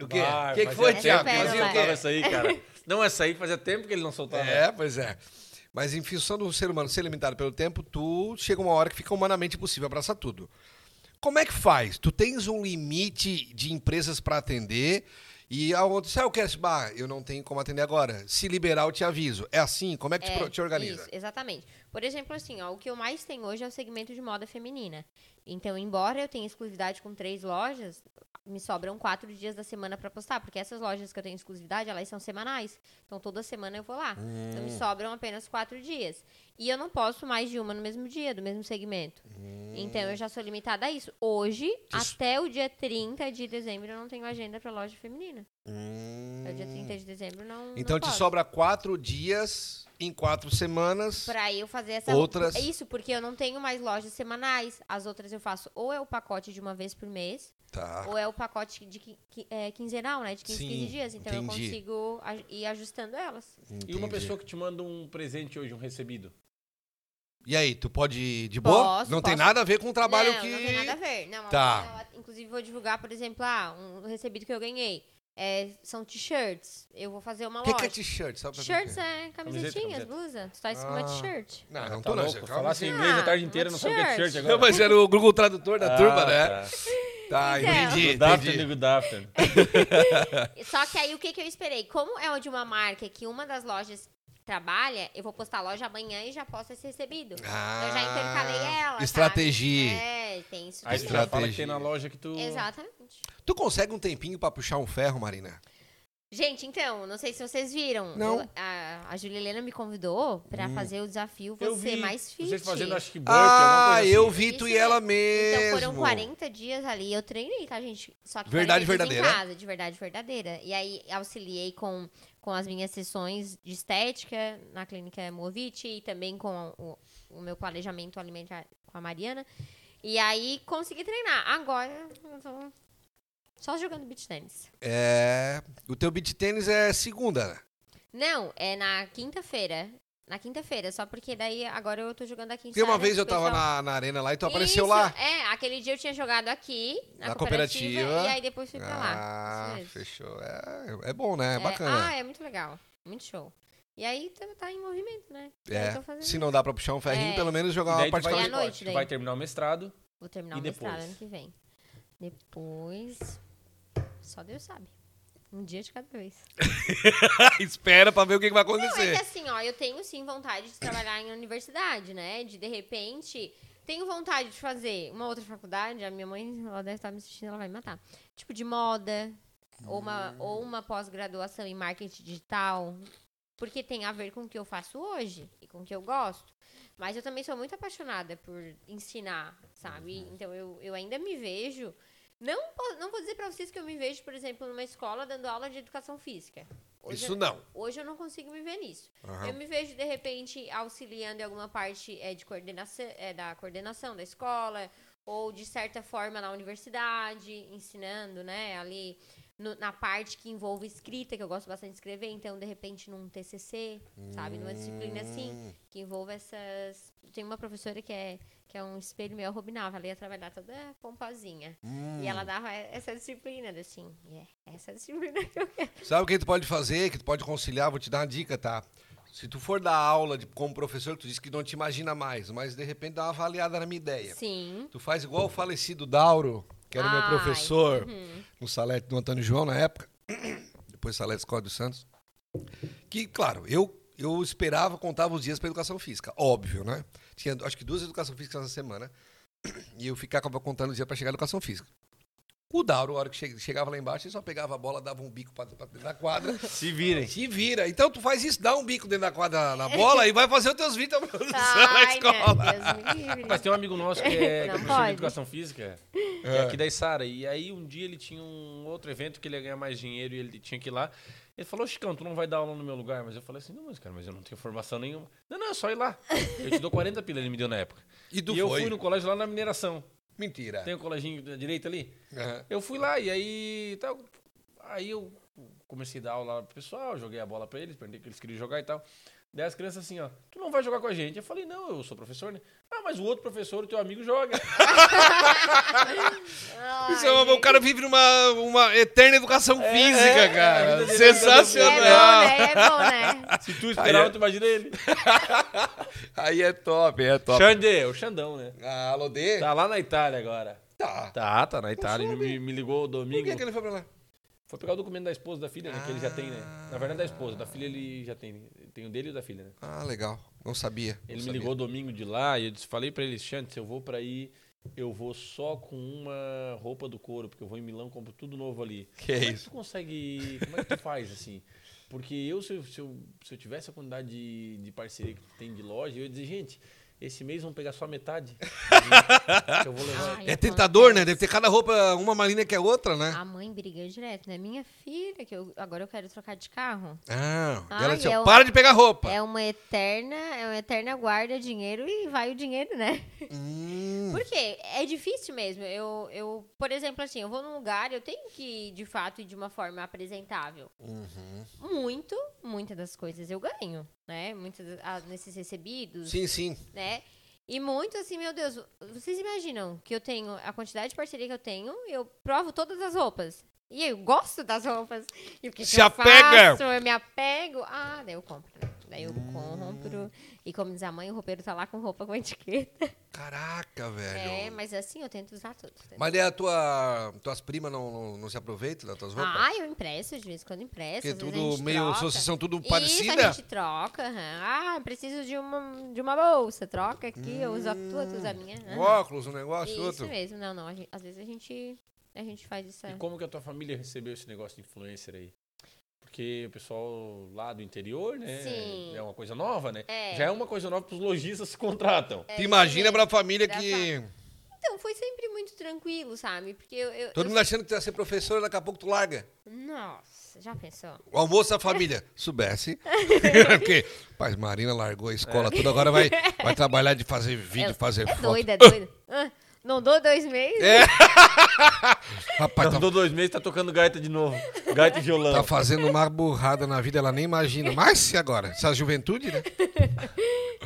O quê? Ah, O que que fazia foi, tempo Thiago? que ele não Fazia o quê? soltava essa aí, cara. Não, essa aí fazia tempo que ele não soltava. É, pois é. Mas em função do um ser humano ser limitado pelo tempo, tu chega uma hora que fica humanamente impossível abraçar tudo. Como é que faz? Tu tens um limite de empresas para atender e a outra, sabe o que é? Bah, eu não tenho como atender agora. Se liberar, eu te aviso. É assim? Como é que te, pro- te organiza? Isso, exatamente. Por exemplo, assim, ó, o que eu mais tenho hoje é o segmento de moda feminina. Então, embora eu tenha exclusividade com três lojas, me sobram quatro dias da semana pra postar, porque essas lojas que eu tenho Hum. exclusividade, elas são semanais. Então, toda semana eu vou lá. Então, me sobram apenas quatro dias. E eu não posso mais de uma no mesmo dia, do mesmo segmento. Hum. Então eu já sou limitada a isso. Hoje, até o dia 30 de dezembro, eu não tenho agenda pra loja feminina. Até o dia 30 de dezembro não. Hum, Então não te posso. sobra quatro dias em quatro semanas. Pra eu fazer essa. Outras? É Isso, porque eu não tenho mais lojas semanais. As outras eu faço ou é o pacote de uma vez por mês, Tá. ou é o pacote de qui- qui- é, quinzenal, né? De 15, Sim, 15 dias. Então entendi. eu consigo a- ir ajustando elas. E uma entendi. pessoa que te manda um presente hoje, um recebido. E aí, tu pode ir de boa? Posso, não tem posso. nada a ver com o trabalho não, que. não tem nada a ver. Não, uma Tá. coisa, eu, inclusive vou divulgar, por exemplo, ah, um recebido que eu ganhei. É, são t-shirts. Eu vou fazer uma O que, que é loja. t-shirt? Só pra T-shirts mim é Camiseta, camisetinhas, blusa. Tu tá isso com uma Ah. t-shirt. ver. Não, Ah, não tá tô não. louco. você- calma. Falasse inglês a Ah, tarde inteira, não sabe o que é t-shirt. t-shirt Não, agora. mas era o Google Tradutor da Ah, turma, né? tá. Tá, Então. entendi. Good afternoon, entendi. good afternoon. Só que aí o que, que eu esperei? Como é de uma marca que uma das lojas trabalha, eu vou postar a loja amanhã e já posso esse recebido. Ah, eu já intercalei ela. estratégia. sabe? É, tem isso Aí tu também. já tá fala que Estratégia. tem na loja que tu... Exatamente. Tu consegue um tempinho pra puxar um ferro, Marina? Gente, então, não sei se vocês viram. Não. eu- a, a Julia Helena me convidou pra fazer o desafio Eu Você é vi Mais Fit. Vocês fazendo, acho que, burpee, alguma Ah, coisa eu assim. vi tu Isso e ela mesmo. Então foram 40 dias ali, eu treinei, tá, gente? Só que Verdade 40 dias verdadeira. em casa, de verdade verdadeira. E aí auxiliei com, com as minhas sessões de estética na clínica Movit e também com o, o meu planejamento alimentar com a Mariana. E aí consegui treinar. Agora eu tô só jogando beach tennis. É. O teu beat tênis é segunda, né? Não, é na quinta-feira. Na quinta-feira, só porque daí agora eu tô jogando aqui em Porque uma Sara, vez eu tava pessoal- na, na arena lá e tu apareceu Isso, lá. É, aquele dia eu tinha jogado aqui, na, Na cooperativa, cooperativa. e aí depois fui pra é, tá lá. Ah, Isso mesmo. fechou. É, é bom, né? É, É, bacana. Ah, é muito legal. Muito show. E aí tá, tá em movimento, né? É, Eu tô fazendo. se não dá pra puxar um ferrinho, É. pelo menos E jogar daí uma tu parte escolhe E à mais... o noite, esporte. Tu daí? vai terminar o mestrado. Vou terminar E o mestrado depois? ano que vem. Depois. Só Deus sabe. Um dia de cada vez. Espera pra ver o que, que vai Não, é acontecer. que assim, ó, eu tenho sim vontade de trabalhar em universidade, né? De de repente. Tenho vontade de fazer uma outra faculdade. A minha mãe, ela deve estar me assistindo, ela vai me matar. Tipo, de moda. Ou Hum. uma, ou uma pós-graduação em marketing digital. Porque tem a ver com o que eu faço hoje e com o que eu gosto. Mas eu também sou muito apaixonada por ensinar, sabe? Uhum. Então eu, eu ainda me vejo. Não, po- não vou dizer pra vocês que eu me vejo, por exemplo, numa escola dando aula de educação física. Hoje Isso eu- não. Hoje eu não consigo me ver nisso. Aham. Eu me vejo, de repente, auxiliando em alguma parte é, de coordenação, é, da coordenação da escola, ou de certa forma na universidade, ensinando, né, ali no- na parte que envolve escrita, que eu gosto bastante de escrever, então, de repente, num TCC, sabe, numa disciplina assim, que envolve essas... Tem uma professora que é, que é um espelho meu, a Rubinava, ela ia trabalhar toda pomposinha, e ela dava essa disciplina, assim, yeah, essa disciplina que eu quero. Sabe o que tu pode fazer, que tu pode conciliar? Vou te dar uma dica, tá? Se tu for dar aula de, como professor, tu diz que não te imagina mais, mas de repente dá uma avaliada na minha ideia. Sim. Tu faz igual o falecido Dauro, que era o meu Ai, professor no Salete do Antônio João na época, depois Salete Escola dos Santos. Que, claro, eu, eu esperava, contava os dias para educação física, óbvio, né? Tinha acho que duas educação física na semana e eu ficava contando os dias para chegar à educação física. O Dauro, a hora que che- chegava lá embaixo, ele só pegava a bola, dava um bico para dentro da quadra. Se virem. Se vira. Então tu faz isso, dá um bico dentro da quadra na bola e vai fazer os teus vídeos na Ai, escola. meu Deus me livre. Mas tem um amigo nosso que é, que é Não professor de pode. educação física, que é aqui da Isara. E aí um dia ele tinha um outro evento que ele ia ganhar mais dinheiro e ele tinha que ir lá. Ele falou, Chicão, tu não vai dar aula no meu lugar? Mas eu falei assim, não, mas cara, mas eu não tenho formação nenhuma. Não, não, é só ir lá. Eu te dou 40 pila, ele me deu na época. E tu e eu foi. fui no colégio lá na mineração. Mentira. Tem o coleginho da direita ali? Aham. Eu fui lá e aí. Tal, aí eu comecei a dar aula pro pessoal, joguei a bola pra eles, perguntei o que eles queriam jogar e tal. Daí as crianças assim, ó, tu não vai jogar com a gente. Eu falei, não, eu sou professor, né? Ah, mas o outro professor, o teu amigo, joga. um Ai, Isso é uma- o cara vive numa uma eterna educação física, é, a cara. vida dele é Sensacional. É bom, né? É bom, né? Se tu esperava, Aí é- tu imagina ele. Aí é top, é top. Xande, o Xandão, né? Ah, alô D? Tá lá na Itália agora. Tá. Tá, tá na Itália. Ele me, me ligou Por domingo. que, que ele foi pra lá? Foi pegar o documento da esposa da filha, né? Que ele já tem, né? Na verdade, da esposa. Da filha ele já tem. né? Tem o dele e o da filha, né? Ah, legal. Não sabia. não Ele me sabia. ligou domingo de lá e eu disse- falei pra ele, Xande, se eu vou pra aí, eu vou só com uma roupa do couro, porque eu vou em Milão, compro tudo novo ali. Que como é que isso? tu consegue. Como é que tu faz, assim? Porque eu, se eu, se eu, se eu tivesse a quantidade de, de parceria que tu tem de loja, eu ia dizer, gente, esse mês vamos pegar só a metade. que eu vou levar. Ai, É tentador, né? acontece. Deve ter cada roupa uma malinha que a outra, né? A mãe briga direto, né? Minha filha, que eu, agora eu quero trocar de carro. Ah, Ai, ela disse, é ó, o- para de pegar roupa. É uma eterna, é uma eterna guarda dinheiro e vai o dinheiro, né? Hum, Por quê? É difícil mesmo. Eu, eu, por exemplo, assim, eu vou num lugar, eu tenho que, de fato, ir de uma forma apresentável. Uhum. Muito, muitas das coisas eu ganho, né? Muitas das- ah, nesses recebidos, sim, sim. né? E muito assim, meu Deus, vocês imaginam que eu tenho a quantidade de parceria que eu tenho, eu provo todas as roupas. E eu gosto das roupas. E o que, que Se eu apega! faço? Eu me apego. Ah, daí eu compro. né? Daí eu Hum. compro. E como diz a mãe, o roupeiro tá lá com roupa com etiqueta. Caraca, velho. É, mas assim, eu tento usar tudo. entendeu? Mas daí a tua, tuas primas não, não, não se aproveitam das tuas roupas? Ah, eu impresso, de vez em quando impresso. Porque às vezes a tudo gente meio- troca. vocês são tudo Isso, parecida? a gente troca. aham. Ah, preciso de uma, de uma bolsa. Troca aqui, eu uso a tua, tu usa a minha. né? Um aham. óculos, um negócio, Isso outro. mesmo, não, não. a gente- às vezes a gente, a gente faz isso. E como que a tua família recebeu esse negócio de influencer aí? Porque o pessoal lá do interior, né? Sim. É uma coisa nova, né? É. Já é uma coisa nova que os lojistas contratam. É, Tu imagina isso pra família Da que. Então, foi sempre muito tranquilo, sabe? Porque eu. eu- Todo eu- mundo achando que tu ia ser professora, daqui a pouco tu larga. Nossa, já pensou? O almoço da família. Soubesse. Porque, Mas Marina largou a escola tudo, agora vai, vai trabalhar de fazer vídeo, é, fazer é foto. doida, é doida. Ah, não dou dois meses? É. Rapaz, tá, Andou dois meses, tá tocando gaita de novo. Gaita e violão. tá fazendo uma burrada na vida, ela nem imagina. Mas se agora, essa juventude, né?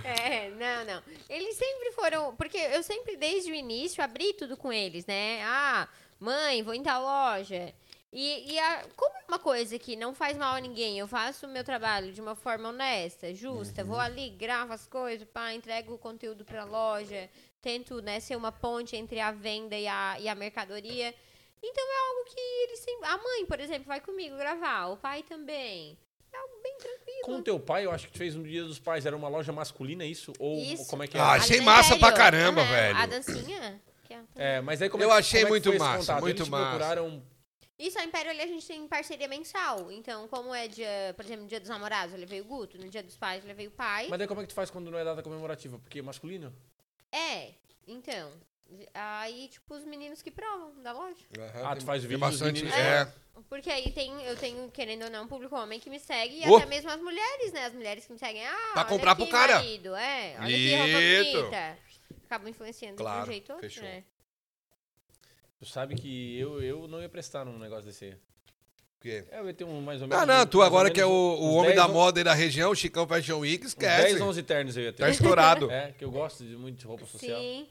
É, não, não. Eles sempre foram. Porque eu sempre, desde o início, abri tudo com eles, né? Ah, mãe, vou em tal loja. E, e a- como é uma coisa que não faz mal a ninguém, eu faço o meu trabalho de uma forma honesta, justa, vou ali, gravo as coisas, pá, entrego o conteúdo pra loja, tento né, ser uma ponte entre a venda e a, e a mercadoria. Então é algo que eles sempre. A mãe, por exemplo, vai comigo gravar, o pai também. É algo bem tranquilo. Com o teu pai, eu acho que tu fez no Dia dos Pais. Era uma loja masculina, isso? Ou Isso. como é que é? Ah, achei massa pra caramba, Aham, velho. É, A dancinha. que é- É, mas aí como Eu é, que- achei como é que muito foi esse massa, contato? muito Eles te massa. procuraram Isso, a Império ali a gente tem parceria mensal. Então, como é, dia, por exemplo, no dia dos namorados, eu levei o Guto, no dia dos pais, eu levei o pai. Mas aí como é que tu faz quando não é data comemorativa? Porque é masculino? É, então. Aí, tipo, os meninos que provam da loja. Ah, tu faz o Tem vídeo né? dos bastante. meninos. É. Porque aí tem, eu tenho, querendo ou não, um público homem que me segue e Oh. até mesmo as mulheres, né? As mulheres que me seguem. Ah, Pra olha comprar aqui, pro cara. Marido, é, olha que roupa Isso. bonita. Acabam influenciando de Claro, um jeito outro, fechou. né? Tu sabe que eu, eu não ia prestar num negócio desse aí. Quê? É, Eu ia ter um mais ou menos. Não, não, tu mais ou agora que é o, menos um- o uns homem 10, da on- moda aí da região, o Chicão Fashion Week, uns 10, esquece. 11 ternos eu ia ter. Tá estourado. É, que eu gosto de muito de roupa social. Sim.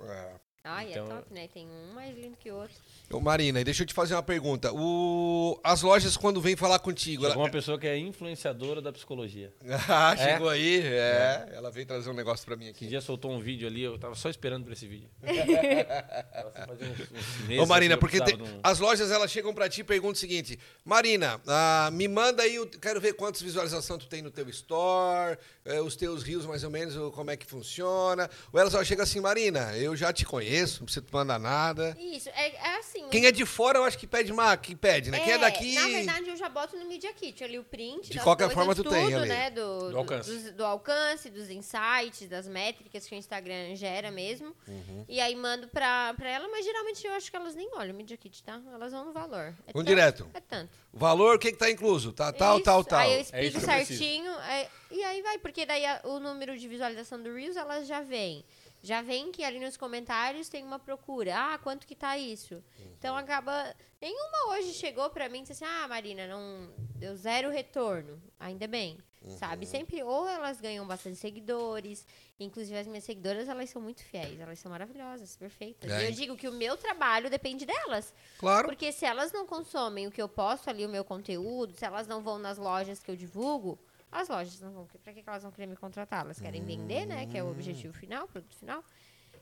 É. Ai, Então- é top, né? Tem um mais lindo que o outro. Ô, Marina, e deixa eu te fazer uma pergunta. O- As lojas, quando vêm falar contigo. Chegou uma Ela... pessoa que é influenciadora da psicologia. Ah, chegou aí? É. Ela veio trazer um negócio pra mim Esse aqui. dia soltou um vídeo ali, eu tava só esperando pra esse vídeo. Ela só fazia uns- uns meses, Ô, Marina, assim, que eu porque precisava tem- Ah, de um- as lojas elas chegam pra ti e perguntam o seguinte: Marina, ah, me manda aí, eu quero ver quantas visualizações tu tem no teu store, eh, os teus rios mais ou menos, ou como é que funciona. Ou elas só chegam assim: Marina, eu já te conheço, não precisa tu mandar nada. Isso, é, é assim. Quem é de fora, eu acho que pede mais, que pede, né? Quem é daqui. Na verdade, eu já boto no Media Kit ali o print. De das qualquer coisas, forma, tu tudo, tem ali. Né, do, do- alcance. Dos, do alcance, dos insights, das métricas que o Instagram gera mesmo. Uhum. E aí mando pra, pra ela, mas geralmente eu acho que elas nem olham o Media Kit, tá? Elas vão no valor. É Vão direto. É tanto. O valor, o que, que tá incluso? Tá, tal, É Isso, tal, tal. Aí eu É isso explico que eu preciso. certinho. é, e aí vai, porque daí a- o número de visualização do Reels, elas já vem. Já vem que ali nos comentários tem uma procura. Ah, quanto que tá isso? Então Uhum. acaba. Nenhuma hoje chegou pra mim e disse assim: ah, Marina, não deu zero retorno. Ainda bem. Uhum. Sabe? Sempre ou elas ganham bastante seguidores. Inclusive, as minhas seguidoras, elas são muito fiéis. Elas são maravilhosas, perfeitas. É, E hein? eu digo que o meu trabalho depende delas. Claro. Porque se elas não consomem o que eu posto ali, o meu conteúdo, se elas não vão nas lojas que eu divulgo, as Hum. lojas não vão. Pra que que elas vão querer me contratar? Elas querem vender, né? Que é o objetivo final, produto final.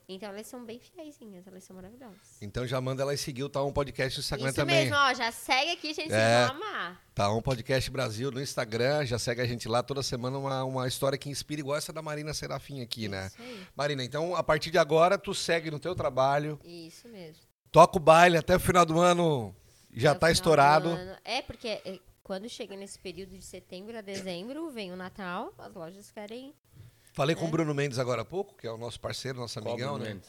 Então elas são bem fiéisinhas, elas são maravilhosas. Então já manda elas seguir o Tá Um Podcast no Instagram Isso também. mesmo, ó, já segue aqui, gente, vocês É. vão amar. Tá Um Podcast Brasil no Instagram. Já segue a gente lá toda semana uma, uma história que inspira, igual essa da Marina Serafim aqui, né? Isso aí. Marina, então a partir de agora tu segue no teu trabalho, Isso mesmo. toca o baile até o final do ano, já Até o tá final estourado. do ano. É, porque é, quando chega nesse período de setembro a dezembro, vem o Natal, as lojas querem. Falei né? com o Bruno Mendes agora há pouco, que é o nosso parceiro, nosso amigão, Cobra né? Mendes.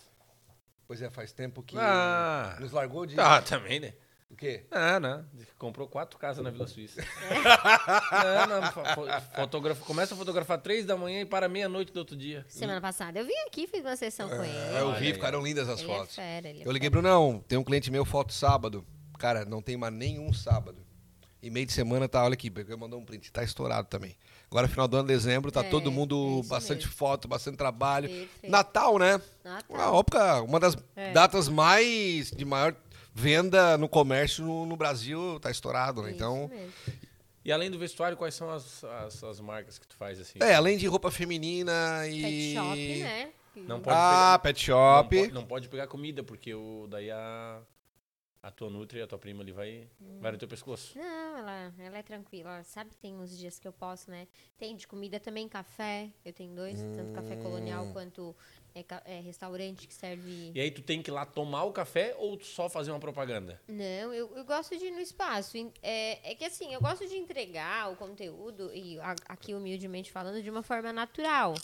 Pois é, faz tempo que Ah. nos largou de. Ah, também, né? O quê? Ah, não. Diz que Comprou quatro casas na Vila Suíça. não, não. fo- fo- fotografa- começa a fotografar três da manhã e para meia-noite do outro dia. Semana passada eu vim aqui, fiz uma sessão com Ah, ele. Hum. eu Olha vi, aí. ficaram lindas as Ele é fotos. fera, ele é eu liguei, fera. Brunão, tem um cliente meu, foto sábado. Cara, não tem mais nenhum sábado. E meio de semana tá, olha aqui, eu mandou um print, tá estourado também. Agora, final do ano, dezembro, tá É, todo é mundo isso bastante mesmo. foto, bastante trabalho. Perfeito. Natal, né? Natal. Uma época, uma das É. datas mais de maior venda no comércio no, no Brasil, tá estourado, né? Então, Isso mesmo. E além do vestuário, quais são as, as, as marcas que tu faz assim? é, além de roupa feminina e Pet shop, né? Não pode Ah, pegar, pet não shop. pode- Não, pode pegar comida, porque o, daí a, a tua nutri, a tua prima ali vai, vai no teu pescoço. Não, ela, ela é tranquila. Ela Sabe, tem uns dias que eu posso, né? Tem de comida também, café. Eu tenho dois, tanto café colonial quanto é, ca- é, restaurante que serve. E aí tu tem que ir lá tomar o café ou tu só fazer uma propaganda? Não, eu, eu gosto de ir no espaço. Em- É, é que assim, eu gosto de entregar o conteúdo, e a- aqui humildemente falando, de uma forma natural.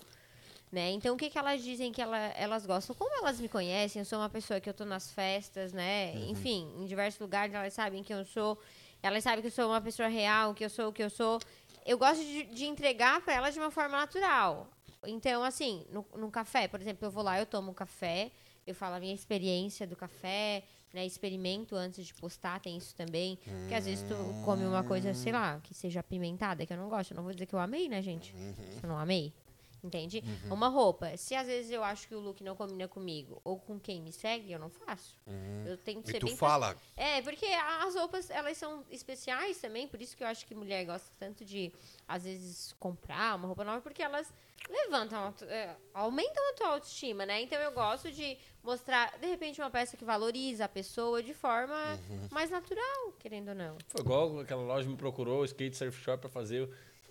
Né? Então, o que, que elas dizem que ela- elas gostam? Como elas me conhecem, eu sou uma pessoa que eu tô nas festas, né? Enfim, em diversos lugares elas sabem quem eu sou, elas sabem que eu sou uma pessoa real, que eu sou o que eu sou. Eu gosto de, de entregar para elas de uma forma natural. Então, assim, no, num café, por exemplo, eu vou lá, eu tomo um café, eu falo a minha experiência do café, né? Experimento antes de postar, tem isso também. Porque às vezes tu come uma coisa, sei lá, que seja apimentada, que eu não gosto. Eu não vou dizer que eu amei, né, gente? Eu não amei. Entende? Uhum. Uma roupa. Se às vezes eu acho que o look não combina comigo ou com quem me segue, eu não faço. Uhum. Eu tento E ser tu bem. fala. É, porque a- as roupas, elas são especiais também, por isso que eu acho que mulher gosta tanto de, às vezes, comprar uma roupa nova, porque elas levantam, a auto- é, aumentam a tua autoestima, né? Então eu gosto de mostrar, de repente, uma peça que valoriza a pessoa de forma Uhum. mais natural, querendo ou não. Foi igual aquela loja me procurou, o skate surf shop, pra fazer.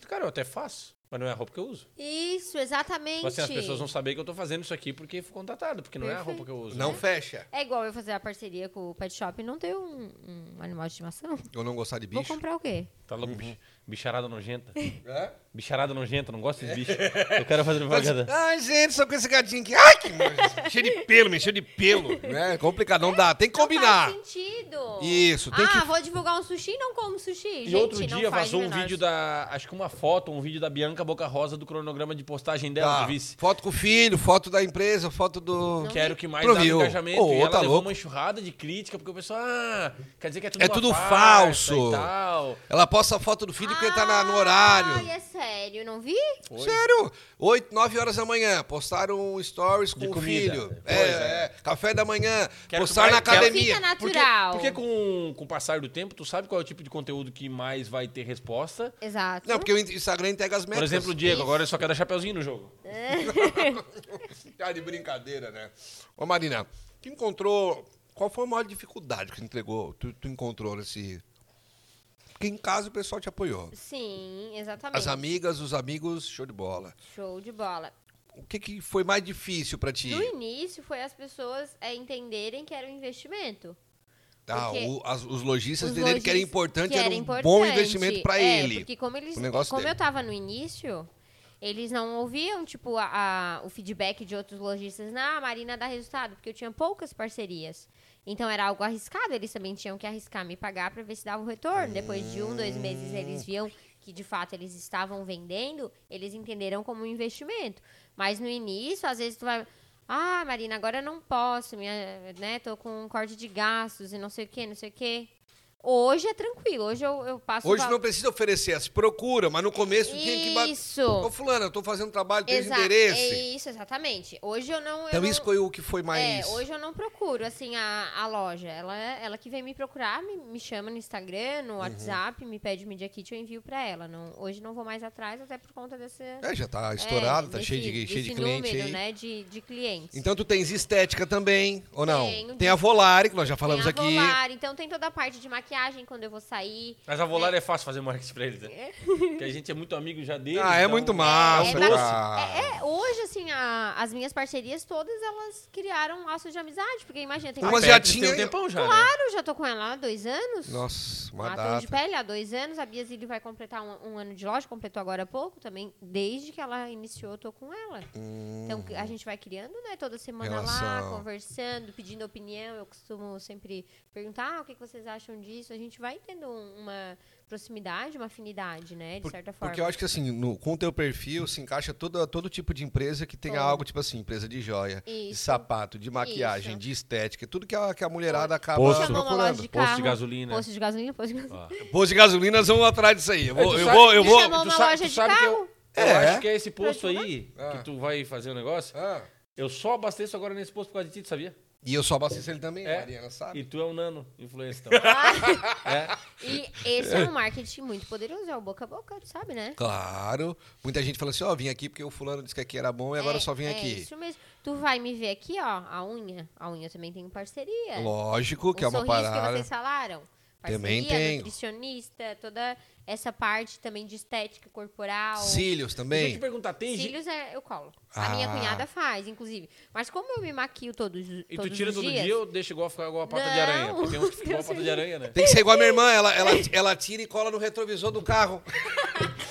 Cara, eu até faço, mas não é a roupa que eu uso. Isso, Tipo exatamente. Assim, as pessoas vão saber que eu tô fazendo isso aqui porque fui contratado, porque não é a roupa que eu uso. Não né? fecha. É igual eu fazer a parceria com o Pet Shop e não ter um, um animal de estimação. Eu não gostar de Vou bicho. comprar o quê? Tá Uhum. louco, bicho- bicharada nojenta. É? Bicharada nojenta, não gosto de bicho. Eu quero fazer propaganda. Ai, gente, só com esse gatinho aqui. Ai, que nojo. Cheio de pelo, meu, cheio de pelo. É complicado, não dá. Tem que combinar. Não faz sentido. Isso, tem ah, que- vou divulgar um sushi e não como sushi. E Gente, outro não dia faz vazou o um menor vídeo da. Acho que uma foto, um vídeo da Bianca Boca Rosa do cronograma de postagem dela, Tá, do vice. Foto com o filho, foto da empresa, foto do. Quero que mais Não dá viu. engajamento. Ô, e ela tá levou louco. uma enxurrada de crítica, porque o pessoal, ah, quer dizer que é tudo É uma tudo farsa falso. E tal. Ela posta a foto do filho porque ele tá na- no Ai, horário. é sério, não vi? Sério? 8, 9 horas da manhã. Postaram um stories com De o comida. filho. Pois É, é. é. Café da manhã. Quero postar que na vai- quero- academia. Fica Porque, natural. porque com, com o passar do tempo, tu sabe qual é o tipo de conteúdo que mais vai ter resposta. Exato. Não, porque o Instagram entrega as metas. Por exemplo, o Diego, agora ele só quer dar chapeuzinho no jogo. Tá de brincadeira, né? Ô, Marina, tu encontrou. Qual foi a maior dificuldade que tu entregou? Tu, tu encontrou nesse. Porque em casa o pessoal te apoiou. Sim, exatamente. As amigas, os amigos, show de bola. Show de bola. O que, que foi mais difícil pra ti? No início foi as pessoas é, entenderem que era um investimento. Tá, porque o- as- os lojistas Os entenderam que era lojistas- importante, que era, era um importante. bom investimento pra É, ele. Porque como eles, o negócio como dele. eu tava no início, eles não ouviam tipo a- a- o feedback de outros lojistas, na Marina dá resultado, porque eu tinha poucas parcerias. Então era algo arriscado, eles também tinham que arriscar me pagar pra ver se dava o retorno. Depois de um, dois meses eles viam que de fato eles estavam vendendo, eles entenderam como um investimento. Mas no início, às vezes tu vai ah, Marina, agora eu não posso, minha, né, tô com um corte de gastos e não sei o que, não sei o que. Hoje é tranquilo, hoje eu, eu passo. Hoje val- não precisa oferecer, se procura, mas no começo tinha que bater. Isso. Ô, fulano, eu tô fazendo trabalho, tem Exa- É endereço. isso, exatamente. Hoje eu não. eu Então não- isso foi o que foi mais. É, hoje eu não procuro, assim, a, a loja. Ela, ela que vem me procurar, me, me chama no Instagram, Uhum. no WhatsApp, me pede o Media Kit, eu envio pra ela. Não, hoje não vou mais atrás, até por conta desse... É, já tá estourado, é, tá desse- cheio de, cheio de desse cliente número, aí. né, de, de clientes. Então tu tens estética também, ou não? Tenho. Tem a Volare, que nós já Tem falamos a aqui. Volar, então tem toda a parte de maquiagem quando eu vou sair. Mas a Volar é fácil fazer marketing pra eles, né? Porque a gente é muito amigo já deles. Ah, é então- muito massa, Ah, é, doce. cara. É, é, hoje, assim, a- as minhas parcerias todas, elas criaram laços de amizade, porque imagina, tem Umas Mas parceria- já Petri tinha... tem um um tempão já, Claro, já tô com ela há dois anos. Nossa, uma Uma Latão de data. pele há dois anos. A Bia Zilli vai completar um, um ano de loja, completou agora há pouco também. Desde que ela iniciou, eu tô com ela. Então a gente vai criando, né? Toda semana lá, Hum. Relação. conversando, pedindo opinião. Eu costumo sempre perguntar ah, o que que vocês acham disso. A gente vai tendo um- uma proximidade, uma afinidade, né? De Por- certa forma. Porque eu acho que assim, no, com o teu perfil se encaixa todo, todo tipo de empresa que tenha Todo. algo tipo assim, empresa de joia, de Isso. sapato, de maquiagem, Isso. de estética, tudo que a, que a mulherada acaba Poço. Chamou uma loja procurando. de Posto carro, de gasolina. Posto de gasolina, posto de gasolina. Poço de gasolina, nós vamos atrás disso aí. Eu É, vou, tu eu sabe- vou, eu Me vou- chamou tu uma sabe- loja tu de sabe que eu- carro. Eu É. acho que é esse posto Pra te aí Ah. que tu vai fazer um negócio. Ah, Eu só abasteço agora nesse posto por causa de ti, tu sabia? e eu só abasteço ele também, É. Mariana, sabe? E tu é um nano influencer. Então. é. E esse é um marketing muito poderoso, é o boca a boca, tu sabe, né? Claro. Muita gente fala assim, ó, vim aqui porque o fulano disse que aqui era bom e agora eu só vim é aqui. Isso mesmo. Tu vai me ver aqui, ó, a unha. A unha também tem parceria. Lógico que o é uma sorriso que parada. vocês falaram. Parceria, Também tem. nutricionista, toda essa parte também de estética corporal. Cílios Deixa eu também. te perguntar, tem gente. Cílios é, eu colo. Ah. A minha cunhada faz, inclusive. Mas como eu me maquio todos, todos os E tu tira todo dias, dia ou deixa igual ficar igual a pata de Não. aranha? Porque tem uns que ficam igual a pata de aranha, né? Tem que ser igual a minha irmã, ela, ela, ela tira e cola no retrovisor do carro.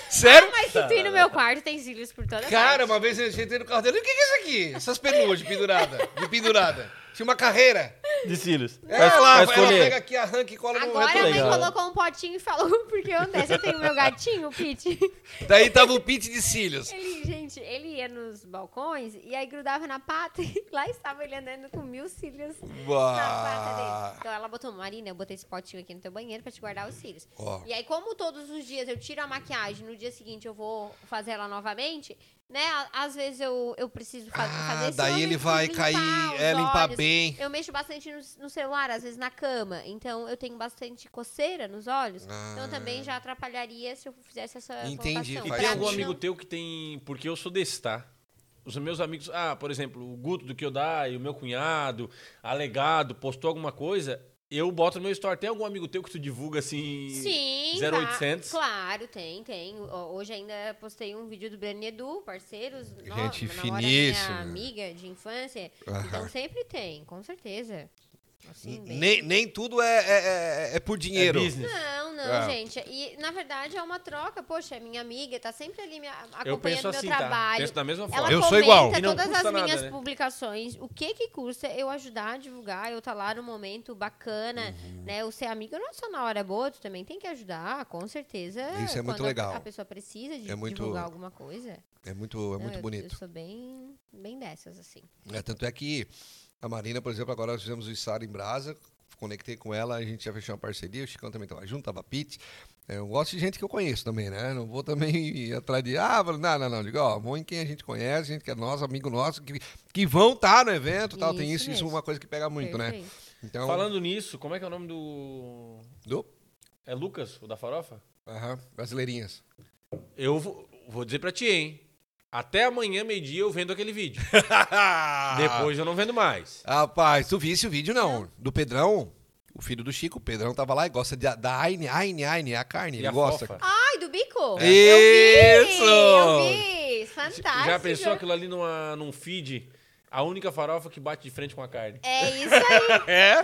Sério? Ah, Mas se tu Tá. ir no meu quarto, tem cílios por toda Cara, parte. uma vez eu entrei no carro dele, o que que é isso aqui? Essas peruas de pendurada, de pendurada. Tinha uma carreira. De cílios. É, ela, ela pega aqui, arranca e cola no Agora a mãe retrovisor. legal. colocou um potinho e falou, porque eu dessa eu tenho meu gatinho, Pete. Daí tava o pit de cílios. Ele, gente, ele ia nos balcões e aí grudava na pata e lá estava ele andando com mil cílios na pata Uau. dele. Então ela botou, Marina, eu botei esse potinho aqui no teu banheiro pra te guardar os cílios. Ó. E aí, como todos os dias eu tiro a maquiagem, no dia seguinte eu vou fazer ela novamente, né? a- Às vezes eu, eu preciso fa- Ah, fazer esse daí momento ele vai de cair, os é, limpar olhos. bem. Eu mexo bastante no, no celular, às vezes na cama. Então eu tenho bastante coceira nos olhos. Então também já atrapalharia se eu fizesse essa Ah. Entendi, colocação. E Faz tem Pra algum mim, amigo não- teu que tem. Porque eu sou desse, tá? Os meus amigos. Ah, por exemplo, o Guto do Kyodai, o meu cunhado, alegado, postou alguma coisa. Eu boto no meu story. Tem algum amigo teu que tu divulga assim. Sim, 0800? tá. claro, tem, tem. Ó, Hoje ainda postei um vídeo do Breno Edu, parceiros. no- Gente namora finíssima. Minha amiga de infância. Aham. Então sempre tem, com certeza. Assim, bem- Nem, nem tudo é, é- é- é por É dinheiro. business. Não, não, Ah. gente. E na verdade é uma troca. Poxa, é minha amiga tá sempre ali me a- Eu acompanhando penso meu assim, tá? trabalho. Penso da mesma forma. Ela Eu comenta sou igual. E não todas custa as nada, minhas né? publicações. O que que custa eu ajudar a divulgar, eu estar lá no momento bacana, Uhum. né? O ser amigo não é só na hora boa, tu também tem que ajudar, com certeza. Isso é muito quando a- legal. A, pessoa precisa de É muito- divulgar alguma coisa. É muito, é Não, muito eu- bonito. Eu sou bem, bem dessas, assim. É, tanto é que a Marina, por exemplo, agora nós fizemos o Sara em Brasa, conectei com ela, a gente já fechou uma parceria, o Chicão também estava junto, tava Pete. É, Eu gosto de gente que eu conheço também, né? Não vou também ir atrás de. Ah, fala, não, não, não. Digo, ó, vão em quem a gente conhece, gente que é nosso, amigo nosso, que, que vão estar no evento e tal. Tem isso, Isso isso é mesmo. uma coisa que pega muito, né? Perfeito. Então. Falando nisso, como é que é o nome do. Do? É Lucas, o da farofa? Aham, brasileirinhas. Eu vou, vou dizer pra ti, hein? Até amanhã, meio-dia, eu vendo aquele vídeo. Depois eu não vendo mais. Rapaz, tu visse o vídeo não. Do Pedrão, o filho do Chico, o Pedrão tava lá e gosta de, da Aine, Aine, Aine, é a carne, E ele a gosta. fofa? Ai, do bico? Isso! Eu vi! Eu vi! Fantástico! Já pensou aquilo ali numa, num feed? A única farofa que bate de frente com a carne. É isso aí! É? é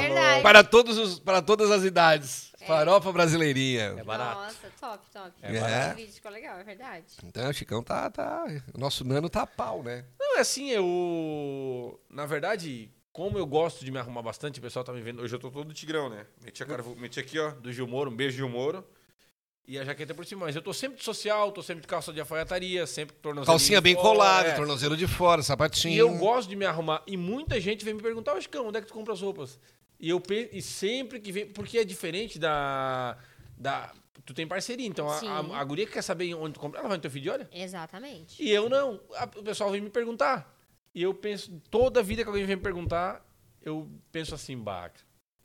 verdade. Para, todos os, para todas as idades. Farofa brasileirinha. É barato. Nossa, top, top. É barato. O vídeo ficou legal, é verdade. Então, o Chicão tá, tá. O nosso nano tá a pau, né? Não, é assim, eu. Na verdade, como eu gosto de me arrumar bastante, o pessoal tá me vendo. Hoje eu tô todo tigrão, né? Meti, a cara, vou- meti aqui, ó, do Gil Moro, um beijo, Gil Moro. E a jaqueta é por cima. Mas eu tô sempre de social, tô sempre de calça de alfaiataria, sempre com tornozelo. Calcinha bem é. colada, tornozelo de fora, sapatinho. E eu gosto de me arrumar. E muita gente vem me perguntar, ô Chicão, onde é que tu compra as roupas? E eu pe- e sempre que vem. Porque é diferente da. da tu tem parceria, então a, Sim. a, a guria que quer saber onde tu compra, ela vai no teu feed e olha. Exatamente. E eu não. A- o pessoal vem me perguntar. E eu penso, toda vida que alguém vem me perguntar, eu penso assim, baca.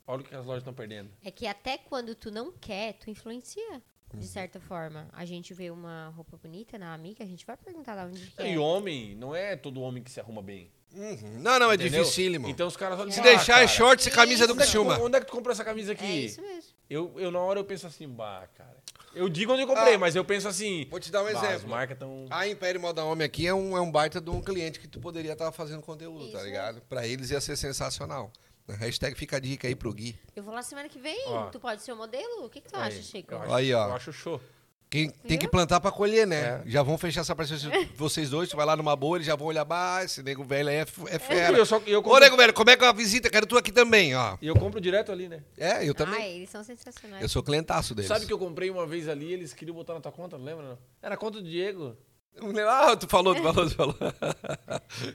Olha o que as lojas estão perdendo. É que até quando tu não quer, tu influencia. De certa forma, a gente vê uma roupa bonita na amiga, a gente vai perguntar da onde que é. E homem, não é todo homem que se arruma bem. Uhum. Não, não, é entendeu? dificílimo. Então os caras olham e Se falam, ah, deixar é cara, shorts e camisa do Onde é, que tu, Criciúma. onde é que tu comprou essa camisa aqui? É isso mesmo. Eu, eu, na hora, eu penso assim, bah, cara. Eu digo onde eu comprei, Ah, mas eu penso assim. vou te dar um bah, As exemplo. marcas tão. A Império Moda Homem aqui é um, é um baita de um cliente que tu poderia estar fazendo conteúdo, tá Isso. ligado? Pra eles ia ser sensacional. Hashtag fica a dica aí pro Gui. Eu vou lá semana que vem, Ó. tu pode ser o modelo? O que, que tu acha, Chico? eu acho- Aí, ó. Eu acho show. Quem tem que Viu? plantar pra colher, É. né? Já vão fechar essa parceria de vocês dois, tu vai lá numa boa, eles já vão olhar, bah, esse nego velho aí é, f- é fera. Eu só- eu Ô, compro- nego velho, como é que é a visita? Quero tu aqui também, ó. E eu compro direto ali, né? É, eu também. Ai, eles são sensacionais. Eu sou clientaço deles. Sabe que eu comprei uma vez ali eles queriam botar na tua conta, não lembra? Não? Era a conta do Diego. Ah, tu falou, tu falou, tu falou.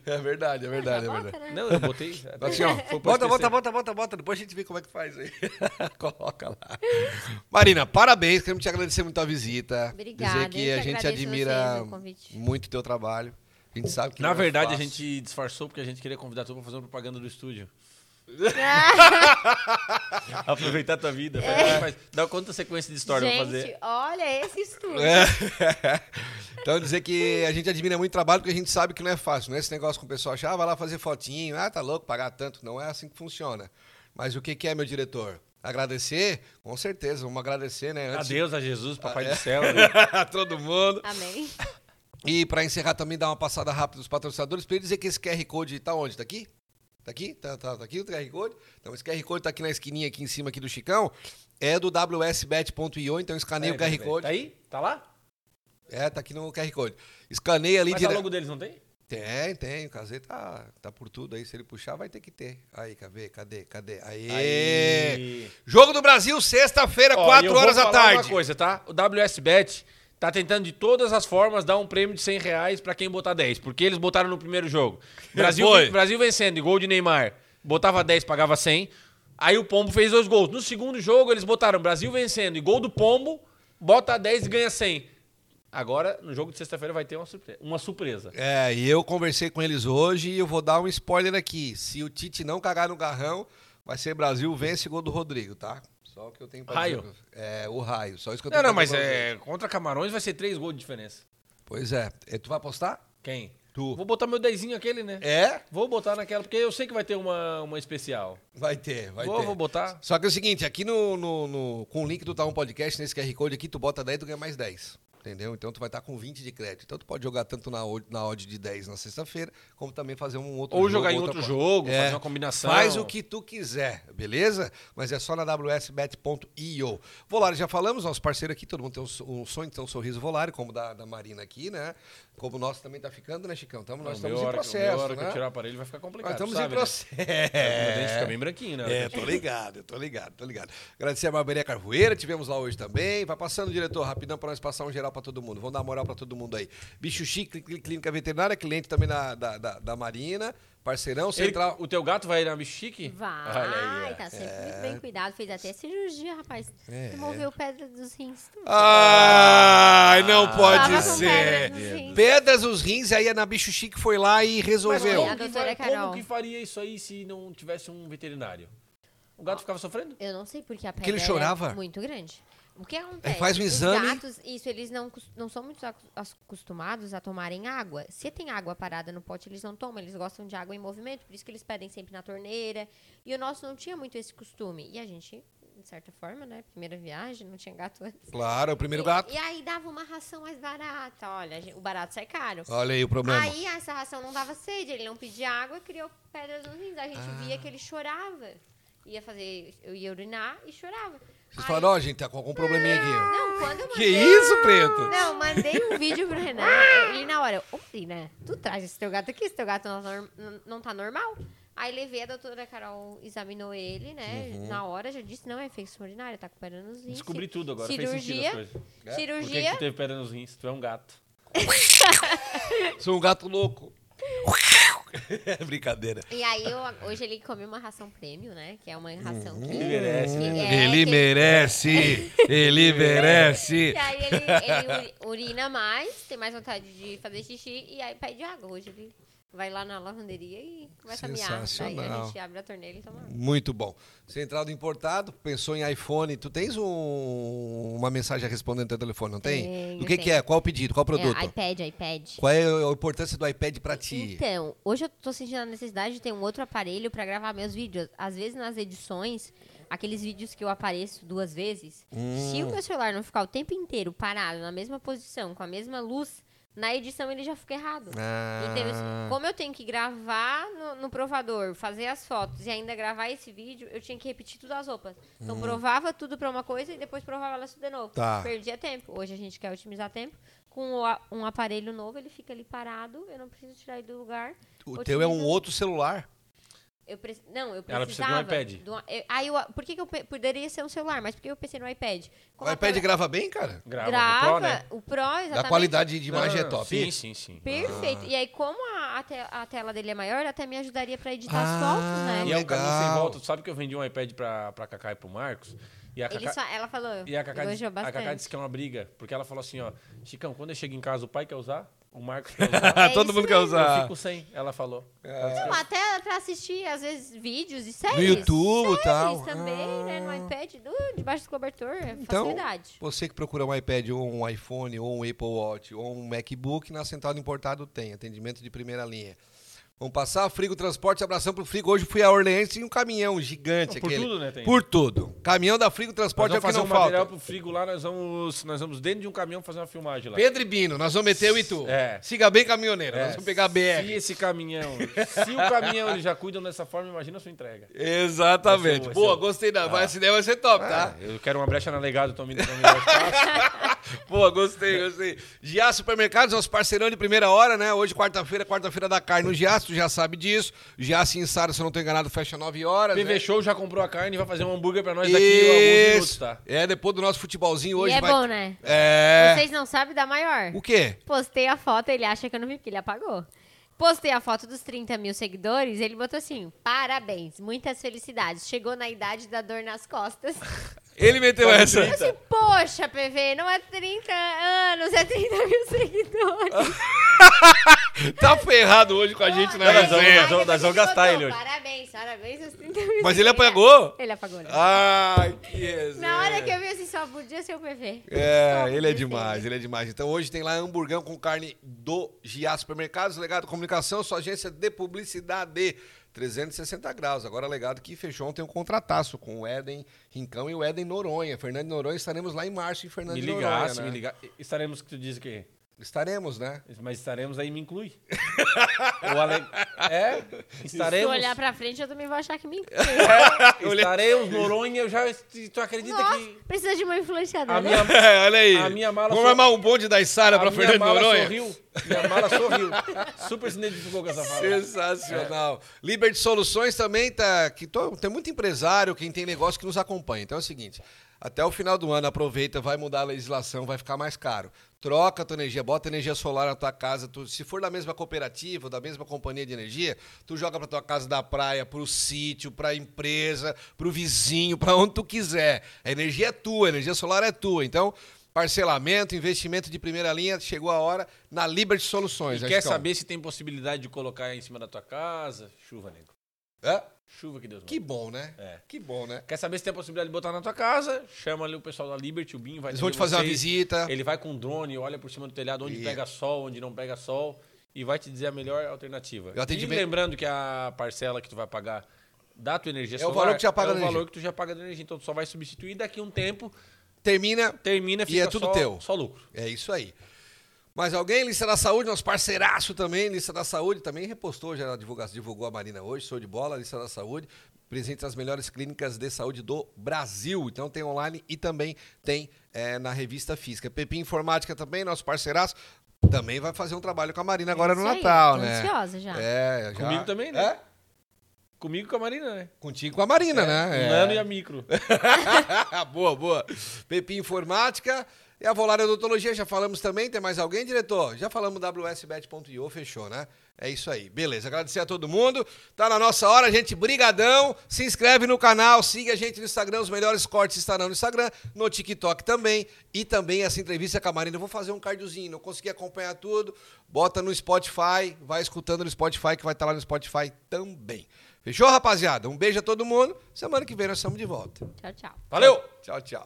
É verdade, é verdade, é Já verdade. bota, né? Não, eu botei. tá Assim, ó, Foi pra bota, esquecer. bota, bota, bota, bota. Depois a gente vê como é que faz aí. Coloca lá. Marina, parabéns. Queremos te agradecer muito a visita. Obrigada, Dizer eu que que a gente agradeço admira vocês o convite. muito o teu trabalho. A gente sabe que Na não é verdade, a fácil. gente disfarçou porque a gente queria convidar tu pra fazer uma propaganda do estúdio. Ah, Aproveitar tua vida. É. Faz- Dá conta sequência de história pra fazer. Gente, olha esse estudo. É. Então, dizer que a gente admira muito o trabalho porque a gente sabe que não é fácil. Não é esse negócio com o pessoal achar, ah, vai lá fazer fotinho, ah, tá louco, pagar tanto. Não é assim que funciona. Mas o que, que é, meu diretor? Agradecer? Com certeza, vamos agradecer, né? Antes Adeus a Jesus, papai É. do céu. a todo mundo. Amém. E para encerrar também, dar uma passada rápida dos patrocinadores, para dizer que esse QR Code tá onde? Tá aqui? Tá aqui? Tá, tá, tá aqui o QR Code? Então, esse QR Code tá aqui na esquininha, aqui em cima aqui do Chicão. É do wsbet.io, então escaneia o QR Code. Tá aí? Tá lá? É, tá aqui no QR Code. Escaneia ali Mas a direto. logo deles não tem? Tem, tem. O Kazê tá, tá por tudo aí. Se ele puxar, vai ter que ter. Aí, cadê? Cadê? Cadê? Aê! Aí. Jogo do Brasil, sexta-feira, Ó, e 4 eu vou horas da falar tarde. Uma coisa, tá? O WSBet tá tentando de todas as formas dar um prêmio de 100 reais pra quem botar 10, porque eles botaram no primeiro jogo. Brasil, Foi. Brasil vencendo, gol de Neymar. Botava 10, pagava 100. Aí o Pombo fez dois gols. No segundo jogo, eles botaram Brasil vencendo e gol do Pombo, bota 10 e ganha 100. Agora, no jogo de sexta-feira, vai ter uma surpresa. Uma surpresa. É, e eu conversei com eles hoje e eu vou dar um spoiler aqui. Se o Tite não cagar no garrão, vai ser Brasil vence gol do Rodrigo, tá? Só o que eu tenho pra Raio. dizer. É, o raio. Só isso que eu Não, tenho não, pra mas dizer pra vocês. é, contra Camarões vai ser 3 gols de diferença. Pois é. E tu vai apostar? Quem? Tu. Vou botar meu 10 aquele, né? É? Vou botar naquela, porque eu sei que vai ter uma, uma especial. Vai ter, vai vou, ter. vou botar. Só que é o seguinte, aqui no, no- no- com o link do Taon Podcast, nesse QR Code aqui, tu bota 10 e tu ganha mais 10. Entendeu? Então tu vai estar com 20 de crédito. Então tu pode jogar tanto na, od- na odd de 10 na sexta-feira, como também fazer um outro Ou jogo, jogar em outra outro pa- jogo, É. fazer uma combinação. Faz o que tu quiser, beleza? Mas é só na wsbet.io. Volare, já falamos, nosso parceiro aqui, todo mundo tem um so- um sonho de ter um sorriso Volare, como da, da Marina aqui, né? Como o nosso também tá ficando, né, Chicão? Então, nós Não, estamos É meu em hora que- processo, meu hora que eu né? tirar o aparelho vai ficar complicado. Nós estamos sabe, em né? processo. Meu dente fica bem branquinho, né? É, tô ligado, eu tô ligado, tô ligado. Agradecer a Barbearia Carvoeira, tivemos lá hoje também. Vai passando, diretor, rapidão, pra nós passar um geral pra todo mundo. Vamos dar moral pra todo mundo aí. Bicho Chique, clí- Clínica Veterinária, cliente também da, da, da- da Marina, parceirão, Ele- tá, central. o teu gato vai na bichique? Olha Vai, aí. ó. tá sempre É. muito bem cuidado. Fez até cirurgia, rapaz. Removeu pedra dos rins. tudo. Ah, Ai, não pode Tava com ser. pedra nos rins. Pedras os rins, aí a na Bicho Chique foi lá e Mas resolveu. como, que olha, A né, fa- doutora como Carol. que faria isso aí se não tivesse um veterinário? O gato ficava sofrendo? Eu não sei porque a pedra ele era chorava? muito grande. O que acontece? faz um exame. Os gatos, isso, eles não, cos- não são muito acos- acostumados a tomarem água. Se tem água parada no pote, eles não tomam. Eles gostam de água em movimento, por isso que eles pedem sempre na torneira. E o nosso não tinha muito esse costume. E a gente, de certa forma, né? Primeira viagem, não tinha gato antes. Claro, é o primeiro E- gato. E, aí dava uma ração mais barata. Olha, a gen- o barato sai caro. Olha aí o problema. Aí essa ração não dava sede, ele não pedia água, criou pedras nos rins. A gente Ah. via que ele chorava. Ia fazer, eu ia urinar e chorava. Vocês Aí- falaram, ó, gente, tá com algum probleminha aqui. Não, quando eu Que mandei. isso, preto? Não, mandei um vídeo pro Renan. Ah! Ele na hora, ô Renan, tu traz esse teu gato aqui, esse teu gato não tá, norm- não- não tá normal. Aí levei, a doutora Carol examinou ele, né? Na hora já disse, não, é infecção urinária, tá com pedra nos rins. Uhum. Descobri tudo agora, fez sentido Cirurgia, as coisas. É, Por que, cirurgia. que tu teve pedra nos rins? Tu é um gato. Sou um gato louco. É brincadeira. E aí, eu- hoje ele come uma ração prêmio, né? Que é uma ração que... Ele merece, que né? é- Ele que- merece! Ele merece! E aí ele, ele uri- urina mais, tem mais vontade de fazer xixi e aí pede água. Hoje ele vai lá na lavanderia e começa a miar. Daí a Sensacional. gente abre a torneira e toma água. Muito bom. Centrado importado, pensou em iPhone. Tu tens um- uma mensagem respondendo no teu telefone, não tem? Tenho, o que, que tenho. é? Qual o pedido? Qual o produto? É, iPad, iPad. Qual é a importância do iPad pra ti? Então, hoje eu tô sentindo a necessidade de ter um outro aparelho pra gravar meus vídeos. Às vezes nas edições, aqueles vídeos que eu apareço duas vezes, Hum. se o meu celular não ficar o tempo inteiro parado na mesma posição, com a mesma luz, na edição ele já fica errado. Ah. Então, eu- como eu tenho que gravar no, no provador, fazer as fotos e ainda gravar esse vídeo, eu tinha que repetir tudo as roupas. Então, provava tudo pra uma coisa e depois provava elas tudo de novo. Hum. Tá. Perdia tempo. Hoje a gente quer otimizar tempo. Com o a- um aparelho novo, ele fica ali parado, eu não preciso tirar ele do lugar. O teu é um Otimiza- outro celular. Eu preci- Não, eu precisava. Ela precisa de um iPad. do- eu- aí eu- por que, que eu pe- poderia ser um celular? Mas por que eu pensei no iPad? o iPad grava bem, cara? Grava, grava, grava Pro, né? o Pro, exatamente. A qualidade Ah. de imagem é Ah, top. Sim, sim, sim. Perfeito. E aí, como a, a te- a tela dele é maior, até me ajudaria pra editar as Ah, fotos, né? E é um caminho sem Legal. volta. Tu sabe que eu vendi um iPad pra, pra Cacá e pro Marcos? E a Eles Cacá, fa- ela falou, e a Cacá, diz- elogiou a bastante. Cacá disse que é uma briga. Porque ela falou assim, ó... Chicão, quando eu chego em casa, o pai quer usar, o Marcos quer usar. Ah, É isso Todo mundo quer mesmo. eu usar. fico sem, ela falou. É. Não, até pra assistir, às vezes, vídeos e séries. No YouTube e séries tal. Ah. também, né? No iPad, do- debaixo do cobertor, é Então, facilidade. você que procura um iPad ou um iPhone ou um Apple Watch ou um MacBook, na Central Importado tem atendimento de primeira linha. Vamos passar, Frigo Transporte, abração pro Frigo. Hoje fui a Orleans e um caminhão gigante Não, por aquele. tudo, né, tem? Por tudo. Caminhão da Frigo Nós Transporte é o vamos que fazer não um material falta. pro frigo lá, nós vamos, nós vamos dentro de um caminhão fazer uma filmagem lá. Pedro e Bino, nós vamos meter o e tu. É. Siga bem caminhoneiro, É, nós vamos pegar a Se BR. esse caminhão, se o caminhão eles já cuidam dessa forma, imagina a sua entrega. Exatamente. Vai ser Ah. um- Boa, vai ser um- gostei da. Vai, essa ideia vai ser top, tá? Eu quero uma brecha na legado, tô me dando um espaço. Boa, gostei, gostei. Giá Supermercados, nosso parceirão de primeira hora, né? Hoje, quarta-feira, quarta-feira da carne no Giá, tu já sabe disso. Giá Sinsara, se eu não tô enganado, fecha 9 horas. PV né? Show já comprou a carne e vai fazer um hambúrguer pra nós daqui a alguns minutos, Isso. tá? É, depois do nosso futebolzinho hoje e é vai. bom, né? É. Vocês não é. sabem da maior. O quê? Postei a foto, ele acha que eu não vi, porque ele apagou. Postei a foto dos 30 mil seguidores, ele botou assim, parabéns, muitas felicidades. Chegou na idade da dor nas costas. Ele meteu essa. Eu assim, poxa, PV, não é 30 anos, é 30 mil seguidores. Tá ferrado hoje com a gente é na Tá Não, nós vamos- resenha. nós vamos- nós vamos Ele gastar botou, ele hoje. Parabéns, parabéns aos 30 mil Mas ele seguidores." apagou? Ah, Ele apagou. né? Ai, que resenha. Na hora que eu vi assim, só podia ser o PV. É, ele é demais, ele é demais. Então hoje tem lá hamburgão com carne do Gia Supermercados, Legado Comunicação, sua agência de publicidade. 360 graus. Agora, legado que fechou ontem um contrataço com o Éden Rincão e o Éden Noronha. Fernando de Noronha, estaremos lá em março em Fernando Me de Noronha. ligasse, né? me ligasse. Estaremos que tu diz que. Estaremos, né? Mas estaremos aí me inclui. O Ale... É? Se eu Estaremos. olhar pra frente, eu também vou achar que me Estaremos, Noronha, eu já. Tu acredita que. Nossa, precisa de uma influenciadora. A minha É, olha aí. A minha mala Vamos só- armar um bonde da Sara A pra Fernando de mala Noronha? sorriu. Minha mala sorriu. Super se identificou com essa fala. Sensacional. Liberty Soluções também tá. Que to- tem muito empresário, quem tem negócio que nos acompanha. Então é o seguinte: até o final do ano, aproveita, vai mudar a legislação, vai ficar mais caro. Troca a tua energia, bota energia solar na tua casa. tu- se for da mesma cooperativa, da mesma companhia de energia, tu joga pra tua casa da praia, pro sítio, pra empresa, pro vizinho, pra onde tu quiser. A energia é tua, a energia solar é tua. Então, parcelamento, investimento de primeira linha, chegou a hora na Liberty Soluções. é E quer Angicão. saber se tem possibilidade de colocar em cima da tua casa? Chuva, nego. Hã? Chuva que Deus manda. Que bom, né? É. Que bom, né? Quer saber se tem a possibilidade de botar na tua casa? Chama ali o pessoal da Liberty, o Binho vai Eles vão atender te fazer uma vocês. visita. Ele vai com um drone, olha por cima do telhado onde E- pega sol, onde não pega sol e vai te dizer a melhor alternativa. Eu atendi e bem- lembrando que a parcela que tu vai pagar da tua energia É o solar valor que tu já paga é da o energia. valor que tu já paga da energia, então tu só vai substituir daqui a um tempo, Termina. termina, fica e é tudo só, teu. só lucro. É isso aí. Mas alguém, Lista da Saúde, nosso parceiraço também, Lista da Saúde, também repostou, já divulga- divulgou a Marina hoje, show de bola, Lista da Saúde, presente nas melhores clínicas de saúde do Brasil. Então tem online e também tem eh, na revista física. Pepi Informática também, nosso parceiraço, também vai fazer um trabalho com a Marina agora no É isso aí, Natal, tô né? ansiosa já. É, já. Comigo também, né? É? Comigo e com a Marina, né? Contigo com a Marina, né? O É. nano e a micro. boa, boa. Pepi Informática. E a Volar Odontologia, já falamos também. Tem mais alguém, diretor? Já falamos wsbet.io, fechou, né? É isso aí. Beleza, agradecer a todo mundo. Tá na nossa hora, gente. Brigadão. Se inscreve no canal, siga a gente no Instagram. Os melhores cortes estarão no Instagram, no TikTok também. E também essa entrevista com a Marina. Eu vou fazer um cardiozinho. Não consegui acompanhar tudo. Bota no Spotify, vai escutando no Spotify, que vai estar lá no Spotify também. Fechou, rapaziada? Um beijo a todo mundo. Semana que vem nós estamos de volta. Tchau, tchau. Valeu! Tchau, tchau.